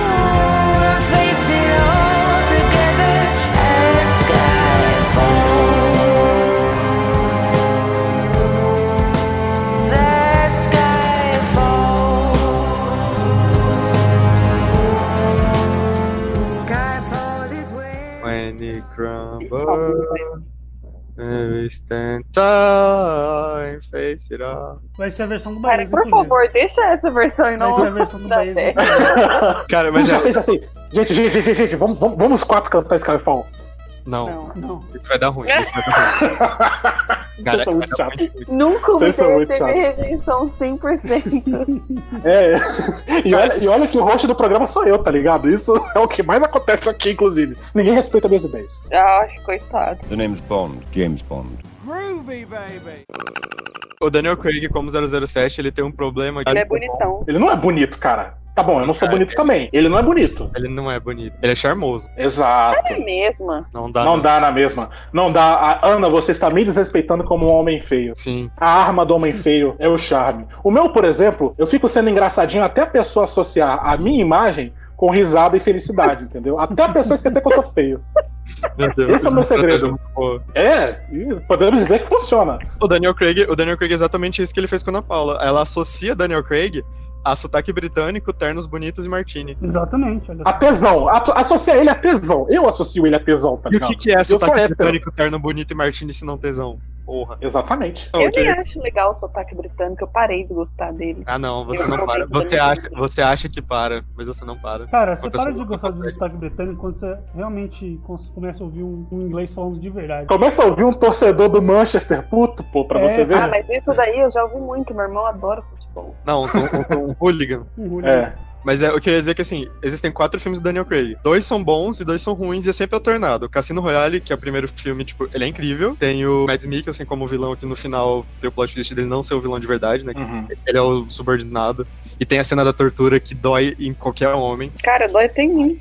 and face it all. Together, let sky fall. That Skyfall. Skyfall is where. When it Ah, crumbles, we stand tall and face it all. Vai ser a versão do Cara, Baez, por inclusive. favor, deixa essa versão e não. Vai ser a versão do da Baez. série. inclusive. Cara, Mas mas já é... sei, já sei. Gente, gente, gente, gente, vamos, vamos, vamos quatro cantar Skyfall. Não, Não, não. isso vai dar ruim. Isso vai dar ruim. Cara, Vocês são vai muito dar chatos. é muito ruim. Nunca me Vocês são muito teve chatos. rejeição 100%. É, e olha, e olha que o host do programa sou eu, tá ligado? Isso é o que mais acontece aqui, inclusive. Ninguém respeita minhas ideias. Ai, Ah, coitado. The name's Bond, James Bond. Groovy, baby. O Daniel Craig, como 007, ele tem um problema. que- Ele é bonitão. Ele não é bonito, cara. Tá bom, eu não sou Cara, bonito também. Ele não é bonito. Ele não é bonito. Ele é charmoso. Exato. É mesma. Não dá. Não dá na mesma. Não dá. A- Ana, você está me desrespeitando como um homem feio. Sim. A arma do homem feio é o charme. O meu, por exemplo, eu fico sendo engraçadinho até a pessoa associar a minha imagem com risada e felicidade, entendeu? Até a pessoa esquecer que eu sou feio. Meu Deus, Esse é o meu essa estratégia segredo. é muito boa. É, e podemos dizer que funciona. O Daniel Craig, o Daniel Craig é exatamente isso que ele fez com a Ana Paula. Ela associa Daniel Craig a sotaque britânico, ternos bonitos e martini. Exatamente, olha A só. tesão. Ato- Associa ele a tesão. Eu associo ele a tesão, tá E o ligado? que, que é sou sotaque hétero. britânico, terno bonito e martini se não tesão? Porra. Exatamente. Não, eu que- nem acho legal o sotaque britânico, eu parei de gostar dele. Ah, não, você Eu não sou para. muito Você dominante. acha, você acha que para, mas você não para. Cara, você Uma para pessoa de que gostar do consegue. sotaque britânico quando você realmente cons- começa a ouvir um, um inglês falando de verdade. Começa a ouvir um torcedor do Manchester puto, pô, pra É, você ver. Ah, mas isso daí eu já ouvi muito, meu irmão adora futebol. Não, um, um, um hooligan. Um rolê. É. Mas é, eu queria dizer que assim, existem quatro filmes do Daniel Craig. Dois são bons e dois são ruins e é sempre alternado. Cassino Royale, que é o primeiro filme, tipo, ele é incrível. Tem o Mads Mikkelsen como vilão, que no final tem o plot twist dele não ser o vilão de verdade, né? Uhum. Ele é o subordinado. E tem a cena da tortura que dói em qualquer homem. Cara, dói até em mim.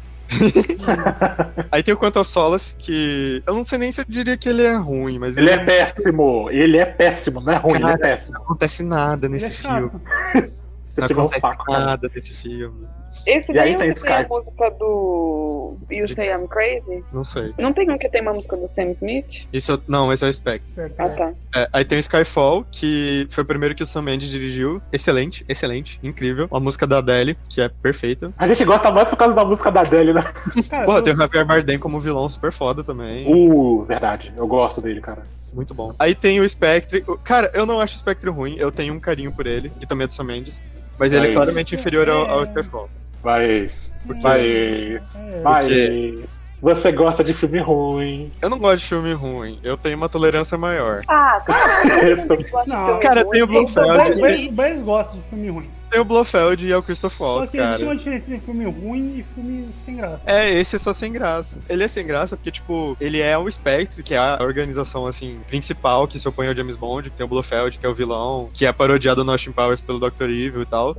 Aí tem o Quanto of Solace, que eu não sei nem se eu diria que ele é ruim, mas Ele é péssimo. Ele é péssimo, não é ruim, ele é péssimo. não acontece nada Ele é nesse filme. chato. Você Não fica um acontece saco, cara. nada nesse filme. Esse E daí aí não tem tem a Skype. música do You Say I'm Crazy? Não sei. Não tem um que tem uma música do Sam Smith? Esse é, não, esse é o Spectre. Ah, tá. É, aí tem o Skyfall, que foi o primeiro que o Sam Mendes dirigiu. Excelente, excelente, incrível. Uma música da Adele, que é perfeita. A gente gosta mais por causa da música da Adele, né? Cara, Porra, É, eu- tem o Javier Bardem como vilão super foda também. Uh, verdade. Eu gosto dele, cara. Muito bom. Aí tem o Spectre. O- Cara, eu não acho o Spectre ruim, eu tenho um carinho por ele, que também é do Sam Mendes. Mas ele é Mas- claramente inferior ao, ao Skyfall. Mas. Porque- Mas. É. Mas. Você gosta de filme ruim. Eu não gosto de filme ruim, eu tenho uma tolerância maior. Ah, tá. Esse- é Não, cara, tem o O Blofeld. Baez- o Baez- o Baez gosta de filme ruim. Tem o Blofeld e é o Christoph Só Waltz, que cara. existe uma diferença entre filme ruim e filme sem graça. É, esse é só sem graça. Ele é sem graça porque, tipo, ele é o Spectre, que é a organização, assim, principal que se opõe ao James Bond, que tem o Blofeld, que é o vilão, que é parodiado no Austin Powers pelo Dr. Evil e tal.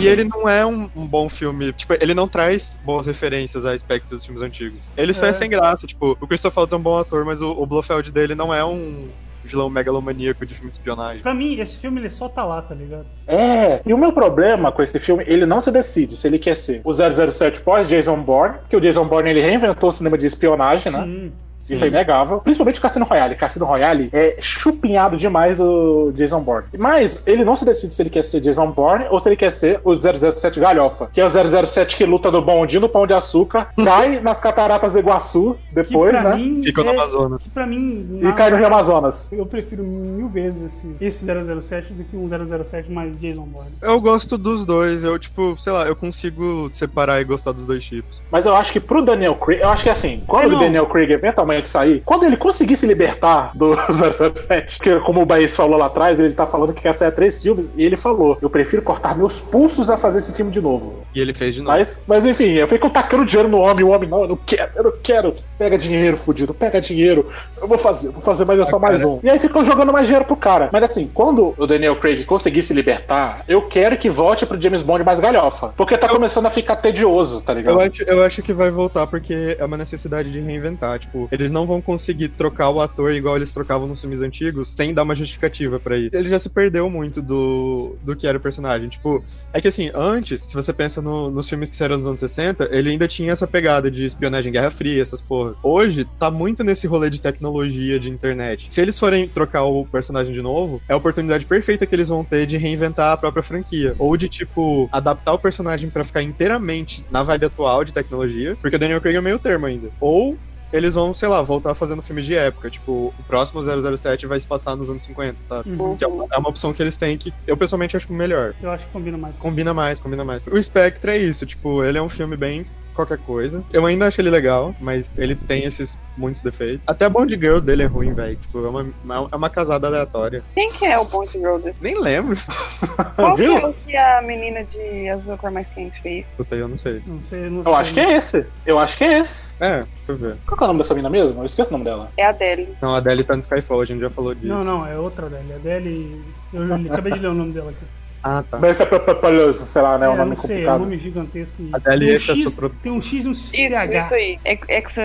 E ele não é um, um bom filme. Tipo, ele não traz boas referências a Spectre dos filmes antigos. Ele só é, É. sem graça. Tipo, o Christopher Waltz é um bom ator, mas o, o Blofeld dele não é um vilão megalomaníaco de filme de espionagem. Pra mim, esse filme ele só tá lá, tá ligado? É, e o meu problema com esse filme, ele não se decide se ele quer ser o 007 pós Jason Bourne, que o Jason Bourne ele reinventou o cinema de espionagem, né? Sim. Isso é inegável. Principalmente o Cassino Royale. Cassino Royale é chupinhado demais o Jason Bourne. Mas ele não se decide se ele quer ser Jason Bourne ou se ele quer ser o 007 Galhofa, que é o 007 que luta no bondinho, no pão de açúcar, cai nas cataratas do Iguaçu Que depois, pra né? mim. Fica no é- Amazonas. Que pra mim. E cai no Rio Amazonas. Eu prefiro mil vezes esse, esse 007 do que um 007 mais Jason Bourne. Eu gosto dos dois, eu, tipo, sei lá, eu consigo separar e gostar dos dois tipos. Mas eu acho que pro Daniel Craig, eu acho que assim, É, quando não. o Daniel Craig eventualmente sair, quando ele conseguir se libertar do 007, que como o Baez falou lá atrás, ele tá falando que quer sair a três filmes, e ele falou: eu prefiro cortar meus pulsos a fazer esse filme de novo. E ele fez de novo. Mas, mas enfim, eu fico tacando dinheiro no homem, o homem não, eu não quero, eu não quero. Pega dinheiro, fudido, pega dinheiro. Eu vou fazer, vou fazer, mas eu só mais um. E aí ficam jogando mais dinheiro pro cara. Mas assim, quando o Daniel Craig conseguir se libertar, eu quero que volte pro James Bond mais galhofa. Porque tá começando a ficar tedioso, tá Eu ligado? acho, eu acho que vai voltar porque é uma necessidade de reinventar. Tipo, eles não vão conseguir trocar o ator igual eles trocavam nos filmes antigos sem dar uma justificativa pra isso. Ele já se perdeu muito do, do que era o personagem. Tipo, é que assim, antes, se você pensa no- nos filmes que saíram nos anos 60, ele ainda tinha essa pegada de espionagem Guerra Fria, essas porra. Hoje, tá muito nesse rolê de tecnologia, de internet. Se eles forem trocar o personagem de novo, é a oportunidade perfeita que eles vão ter de reinventar a própria franquia. Ou de, tipo, adaptar o personagem pra ficar inteiramente na vibe atual de tecnologia, porque o Daniel Craig é meio termo ainda. Ou eles vão, sei lá, voltar fazendo filmes de época. Tipo, o próximo 007 vai se passar nos anos 50, sabe? Uhum. Que é uma, é uma opção que eles têm que eu pessoalmente acho melhor. Eu acho que combina mais com. Combina mais, combina mais. O Spectre é isso, tipo, ele é um filme bem qualquer coisa. Eu ainda acho ele legal, mas ele tem esses muitos defeitos. Até a Bond Girl dele é ruim, velho. Tipo, é uma, é uma casada aleatória. Quem que é o Bond Road? Nem lembro. Ah, Qual que Viu? é o que a menina de Azul é Cor Mais Quente fez? Puta, eu não sei. Não sei, não Eu sei. acho que é esse. Eu acho que é esse. É, deixa eu ver. Qual que é o nome dessa mina mesmo? Eu esqueço o nome dela. É a Adele. Não, a Adele tá no Skyfall, a gente já falou disso. Não, não, é outra dela. É dela e. Eu li- acabei de ler o nome dela aqui. Ah, tá. Mas é Papalhoso, sei lá, né? É um É, nome não sei, é um complicado. nome gigantesco. e- Adele tem um, é essa X, sua- tem um X e um CH. Isso, isso aí.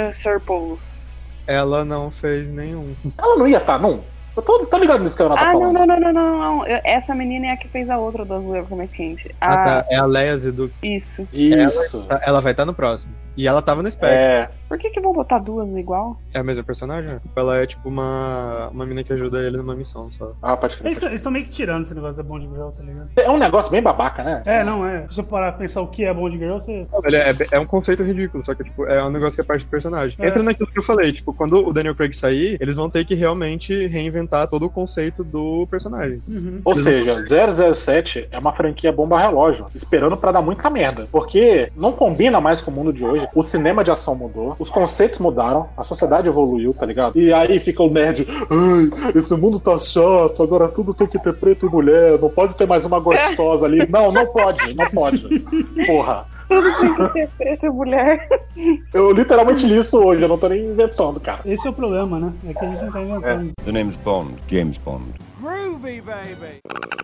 Exorcirples. Ela não fez nenhum. Ela não ia estar, não? Eu tô, tô ligado nisso que ela tá Ah, não, falando. não, não, não, não, não. Eu- Essa menina é a que fez a outra do Azul Cor Mais Quente. Ah, Ah, tá. É a Leia Zeduk. isso. Isso. Tá, Ela vai estar no próximo. E ela tava no Spectre. É. Por que que vão botar duas igual? É, a mesma personagem? Ela é tipo uma, uma mina que ajuda ele numa missão só. Ah, pode crer. Eles estão meio que tirando esse negócio da Bond Girl, tá ligado? É um negócio bem babaca, né? É, não, é. Se você parar pra pensar o que é Bond Girl, você. Olha, é, é um conceito ridículo, só que tipo, é um negócio que é parte do personagem. É. Entra naquilo que eu falei, tipo, quando o Daniel Craig sair, eles vão ter que realmente reinventar todo o conceito do personagem. Uhum. Ou seja, 007 é uma franquia bomba relógio, esperando pra dar muita merda. Porque não combina mais com o mundo de hoje, o cinema de ação mudou, os conceitos mudaram, a sociedade evoluiu, tá ligado? E aí fica o nerd, ai, esse mundo tá chato, agora tudo tem que ter preto e mulher, não pode ter mais uma gostosa ali. Não, não pode, não pode. Porra. Preta mulher. Eu literalmente li isso hoje, eu não tô nem inventando, cara. Esse é o problema, né? É que a gente não tá inventando. The name's Bond, James Bond. Groovy, baby.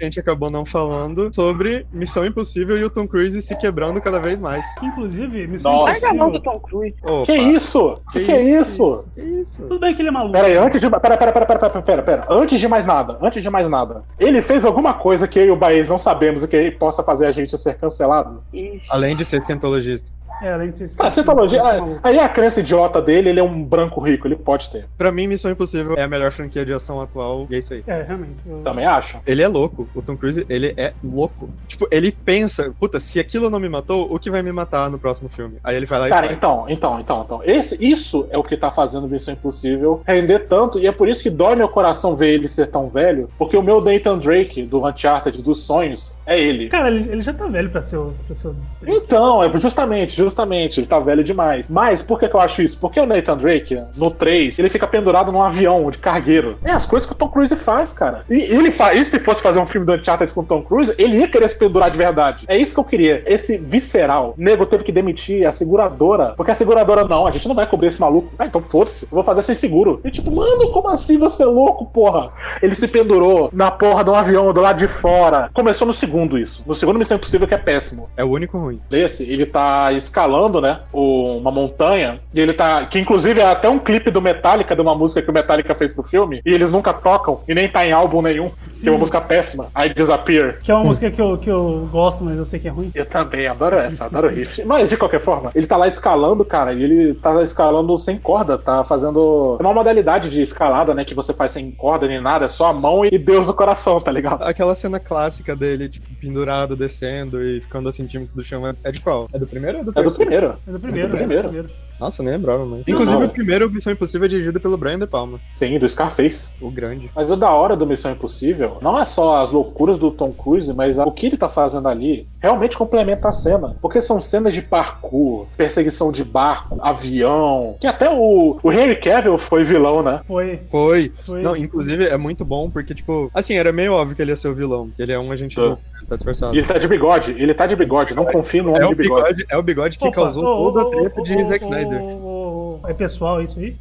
A gente acabou não falando sobre Missão Impossível e o Tom Cruise se quebrando cada vez mais. Que, inclusive, me Nossa. Larga a mão do Tom Cruise. Opa, Que isso? Que, que é isso? Que isso? Tudo bem que ele é maluco. Pera aí, antes de. Pera, pera, pera, pera, pera, pera, pera. Antes de mais nada, antes de mais nada. Ele fez alguma coisa que eu e o Baez não sabemos e que possa fazer a gente ser cancelado? Ixi. Além de ser cientologista. É, além de ser. Ah, tá cientologia. ele é ah, maluco. Aí a crença idiota dele, ele é um branco rico, ele pode ter. Pra mim, Missão Impossível é a melhor franquia de ação atual, e é isso aí. É, realmente. eu- Também acho. Ele é louco. O Tom Cruise, ele é louco. Tipo, ele pensa, puta, se aquilo não me matou, o que vai me matar no próximo filme? Aí ele vai lá Cara, e faz. então, então, então, então. Esse, isso é o que tá fazendo Missão Impossível render tanto, e é por isso que dói meu coração ver ele ser tão velho, porque o meu Nathan Drake, do Uncharted, dos sonhos, é ele. Cara, ele, ele já tá velho pra ser o. Pra ser o... Então, é justamente, justamente, ele tá velho demais. Mas por que, que eu acho isso? Porque o Nathan Drake, no 3, ele fica pendurado num avião de cargueiro. É as coisas que o Tom Cruise faz, cara. E ele faz, e se fosse fazer um filme do Uncharted com o Tom Cruise, ele ia querer se pendurar de verdade. É isso que eu queria. Esse visceral. Nego teve que demitir a seguradora. Porque a seguradora, não, a gente não vai cobrir esse maluco. Ah, então foda-se, eu vou fazer sem seguro. E tipo, mano, como assim você é louco, porra? Ele se pendurou na porra de um avião do lado de fora. Começou no segundo isso. No segundo Missão Impossível, que é péssimo É o único ruim. desse, ele tá esca- escalando, né? o- Uma montanha. E ele tá. Que inclusive é até um clipe do Metallica, de uma música que o Metallica fez pro filme. E eles nunca tocam e nem tá em álbum nenhum. Que é uma música péssima. I Disappear. Hum. Que é uma música que eu, que eu gosto, mas eu sei que é ruim. Eu também adoro essa, adoro o riff. Mas de qualquer forma, ele tá lá escalando, cara, e ele tá escalando sem corda, tá fazendo. É uma modalidade de escalada, né? Que você faz sem corda nem nada, é só a mão e Deus no coração, tá ligado? Aquela cena clássica dele, tipo, pendurado, descendo e ficando a centímetros do chão. é- É de qual? É do primeiro ou do É do terceiro? primeiro. É do primeiro, É do né? primeiro. Nossa, nem lembrava, mas. Inclusive, o primeiro Missão Impossível é dirigido pelo Brian De Palma, Sim, do Scarface. o grande. Mas o da hora do Missão Impossível não é só as loucuras do Tom Cruise, mas o que ele tá fazendo ali realmente complementa a cena. Porque são cenas de parkour, perseguição de barco, avião. Que até o, o Henry Cavill foi vilão, né? Foi. Foi. Foi. Não, inclusive é muito bom porque, tipo, assim, era meio óbvio que ele ia ser o vilão. Ele é um agente Tá. do governo, tá disfarçado. E ele tá de bigode, ele tá de bigode, não confia no homem É o de bigode. bigode, é o bigode que Opa, causou ô, toda ô, a treta ô, de ô, Zack ô, Snyder. ô, ô, ô, É pessoal isso aí?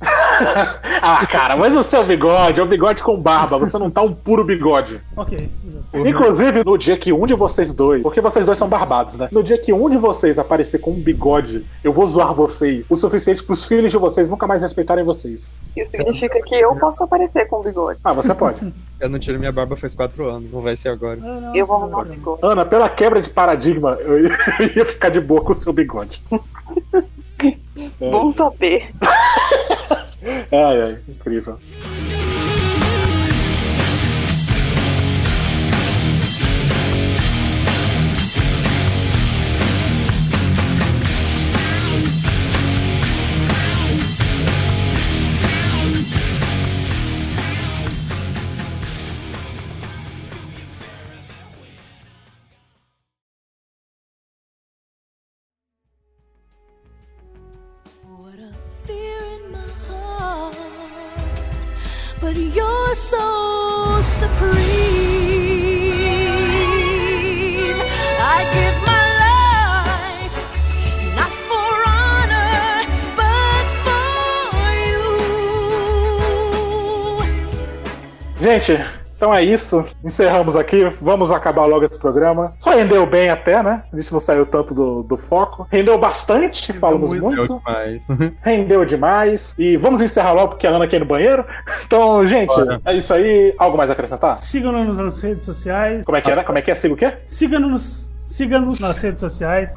Ah, cara, mas o seu bigode é um bigode com barba, você não tá um puro bigode. Ok. justo. Porra. Inclusive, no dia que um de vocês dois, porque vocês dois são barbados, né? No dia que um de vocês aparecer com um bigode, eu vou zoar vocês o suficiente pros filhos de vocês nunca mais respeitarem vocês. Isso significa que eu posso aparecer com bigode. Ah, você pode. Eu não tiro minha barba faz quatro anos, não vai ser agora. Ah, não, Eu vou não, arrumar um não. bigode. Ana, pela quebra de paradigma, eu ia- eu ia ficar de boa com o seu bigode. É. Bom saber. Ai, ai, incrível. What a fear in my heart, but you're so supreme. I give my life, not for honor, but for you. Gente, então é isso. Encerramos aqui. Vamos acabar logo esse programa. Só rendeu bem até, né? A gente não saiu tanto do, do foco. Rendeu bastante, falamos muito. muito. Eu demais. Rendeu demais. E vamos encerrar logo porque a Ana quer ir no banheiro. Então, gente, Bora. é isso aí. Algo mais a acrescentar? Sigam-nos nas redes sociais. Como é que era? Como é que é? Siga o quê? Sigam-nos. Sigam-nos nas redes sociais.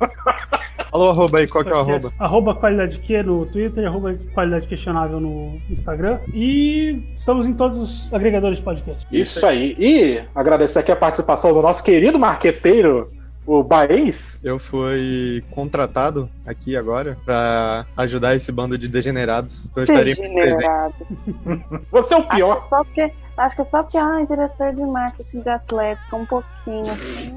Alô, arroba aí, qual que é o arroba? Arroba qualidade Q no Twitter, arroba qualidade questionável no Instagram. E estamos em todos os agregadores de podcast. Isso aí. E agradecer aqui a participação do nosso querido marqueteiro, o Baez. Eu fui contratado aqui agora pra ajudar esse bando de degenerados. Eu estaria muito presente. Degenerado. Você é o Acho pior. que só porque. Acho que é só porque, ai, diretor de marketing de Atlético, um pouquinho. assim.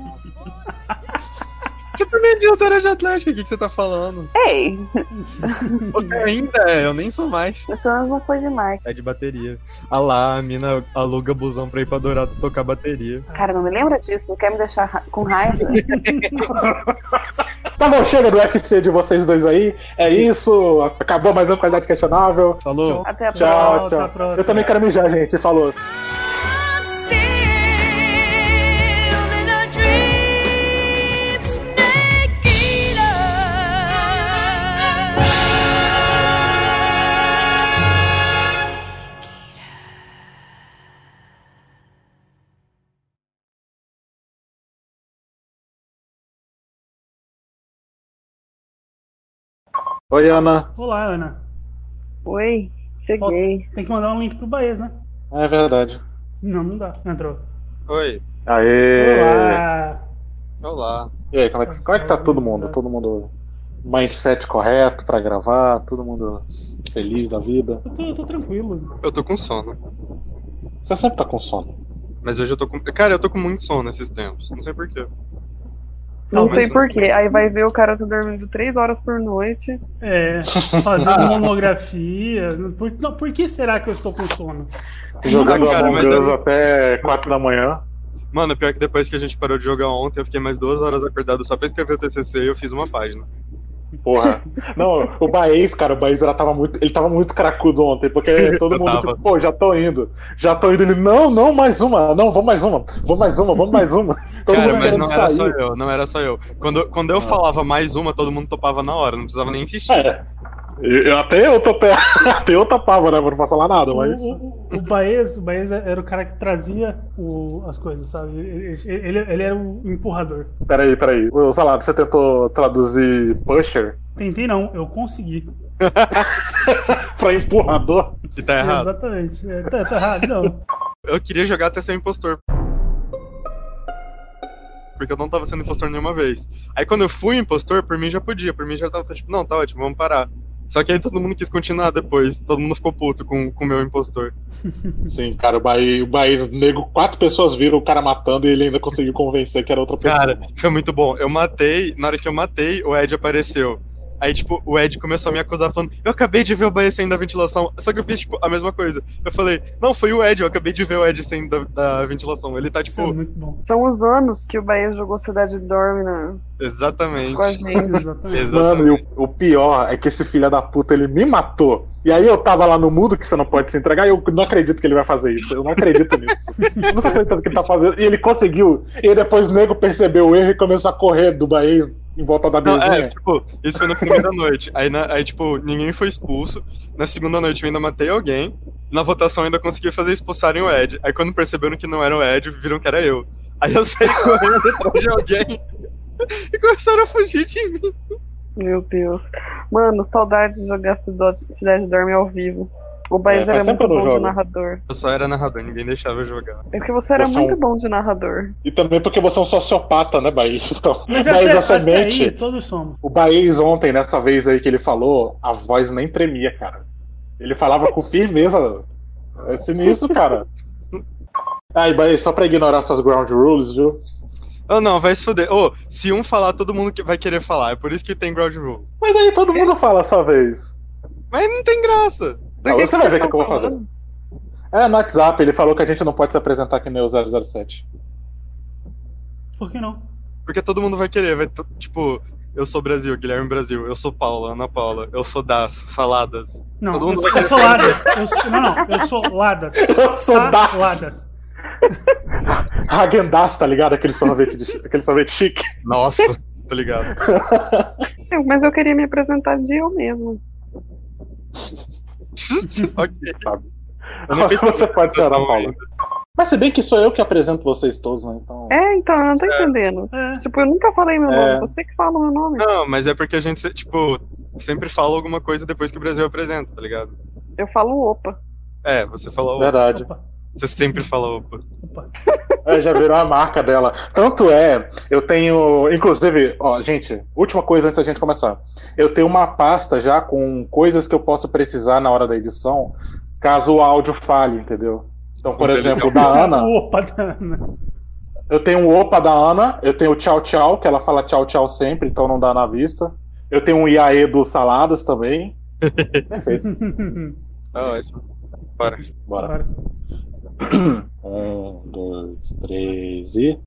Você também é diretora de Atlética, o que, que você tá falando? Ei, Você ainda é, eu nem sou mais. nós falamos uma coisa de marketing. É de bateria. Ah lá, a mina aluga busão pra ir pra Dourados tocar bateria. Cara, não me lembra disso, não quer me deixar ra- com raiva? Tá bom, chega do UFC de vocês dois aí. É isso. Acabou mais uma qualidade questionável. Falou? Até a Tchau, Até a tchau. próxima. Eu também quero mijar, gente. Falou. I'm still in a dream, snake eater. Oi, Ana. Olá, Ana. Oi, cheguei. Tem que mandar um link pro Baez, né? É verdade. Senão não dá. Entrou. Oi. É. Aê! Olá. Olá. E aí, como é, que, como é que tá todo mundo? Todo mundo mindset correto pra gravar, todo mundo feliz da vida. Eu tô, eu tô tranquilo. Eu tô com sono. Você sempre tá com sono. Mas hoje eu tô com. Cara, eu tô com muito sono nesses tempos. Não sei porquê. Não Talvez sei porquê. Aí vai ver o cara tá dormindo três horas por noite. É, fazendo monografia. Por, não, por que será que eu estou com sono? Jogando cara, Among mas assim- Us eu- até 4 da manhã. Mano, pior que depois que a gente parou de jogar ontem, eu fiquei mais duas horas acordado só pra escrever o TCC e eu fiz uma página. Porra. Não, o Baez, cara, o Baez ela tava muito, ele tava muito cracudo ontem, porque todo Eu mundo, tava. tipo, pô, já tô indo. Já tô indo. Ele, não, não, mais uma, não, vamos mais uma, vamos mais uma, vamos mais uma. Todo Cara, mundo mas querendo não era sair. Ah. só eu, não era só eu. Quando, quando eu falava mais uma, todo mundo topava na hora, não precisava nem insistir. É. Eu- eu- até eu topei, até eu tapava, né? Pra não passar lá nada, mas. O, o, o Baez, o Baez era o cara que trazia o- as coisas, sabe? Ele, ele, ele era o empurrador. Peraí, peraí. Ô, Salado, você tentou traduzir pusher Tentei não, eu consegui. pra empurrador? Se tá errado. Exatamente. É, tá, tá errado, não. é Eu queria jogar até ser um impostor. Porque eu não tava sendo impostor nenhuma vez. Aí quando eu fui impostor, por mim já podia. Por mim já tava tipo, não, tá ótimo, vamos parar. Só que aí todo mundo quis continuar depois. Todo mundo ficou puto com com o meu impostor. Sim, cara, o Bahia, o Bahia nego, quatro pessoas viram o cara matando e ele ainda conseguiu convencer que era outra pessoa. Cara, foi muito bom. Eu matei, na hora que eu matei, o Ed apareceu. Aí, tipo, o Ed começou a me acusar, falando: Eu acabei de ver o Bahia saindo da ventilação. Só que eu fiz, tipo, a mesma coisa. Eu falei: Não, foi o Ed, eu acabei de ver o Ed saindo da, da ventilação. Ele tá, Isso é tipo, muito bom. São os anos que o Bahia jogou Cidade Dorme na... exatamente. com a gente. Exatamente. Mano, e o, o pior é que esse filho da puta, ele me matou. E aí eu tava lá no mudo que você não pode se entregar, e eu não acredito que ele vai fazer isso. Eu não acredito nisso. Eu não tô acreditando que ele tá fazendo. E ele conseguiu. E depois o nego percebeu o erro e começou a correr do Bahia em volta da Não, mesinha. é, tipo, isso foi na primeira noite. Aí, na- aí, tipo, ninguém foi expulso. Na segunda noite eu ainda matei alguém. Na votação eu ainda consegui fazer expulsarem o Ed. Aí quando perceberam que não era o Ed, viram que era eu. Aí eu saí correndo atrás de alguém e começaram a fugir de mim. Meu Deus. Mano, saudade de jogar Cidade Cidade Dorme ao vivo. O Baez É, faz era tempo muito que eu não bom de jogo. narrador. Eu só era narrador, ninguém deixava eu jogar. É porque você era Você é um- muito bom de narrador. E também porque você é um sociopata, né, Bahia? Então, Mas Bahia até, é até somente. aí, todos somos. O Baez ontem, nessa vez aí que ele falou, a voz nem tremia, cara. Ele falava com firmeza. É sinistro, cara. Ai, Baez, só pra ignorar suas ground rules, viu? Oh, não, vai se fuder. Ô, se um falar, todo mundo que- vai querer falar. É por isso que tem ground rules. Mas aí todo mundo fala a sua vez. Mas não tem graça. Ah, você vai ver o que, tá que eu vou fazer. falando? É, no WhatsApp ele falou que a gente não pode se apresentar que nem o 007. Por que não? Porque todo mundo vai querer, vai, t- tipo, eu sou Brasil, Guilherme Brasil, eu sou Paula, Ana Paula, eu sou Das, Saladas. Não, Todo mundo eu, vai sou- eu sou Ladas. Eu sou- não, não, eu sou Ladas. Eu sou Sa- Dax. Ladas. Hagendass, tá ligado? Aquele sorvete, de chi- aquele sorvete chique. Nossa, tá ligado? Eu- Mas eu queria me apresentar de eu mesmo. ok. Sabe? Eu nem pensei Você pode ser Ana Não, Paula. Mas se bem que sou eu que apresento vocês todos, né? Então. É, então, eu não tô entendendo. É. Tipo, eu nunca falei meu É. nome, você que fala o meu nome. Não, mas é porque a gente, se- tipo, sempre fala alguma coisa depois que o Brasil apresenta, tá ligado? Eu falo opa. É, você fala opa. Verdade. Opa, Você sempre fala opa. opa. É, já virou a marca dela. Tanto é, eu tenho. Inclusive, ó, gente, última coisa antes da gente começar. Eu tenho uma pasta já com coisas que eu posso precisar na hora da edição, caso o áudio falhe, entendeu? Então, por Entendi. exemplo, da Ah, Ana, Opa, Dana. eu tenho o opa da Ana, eu tenho o tchau tchau, que ela fala tchau tchau sempre, então não dá na vista. Eu tenho um IAE do Saladas também. Perfeito, Tá ótimo. Bora. bora. Claro. Um, dois, três e.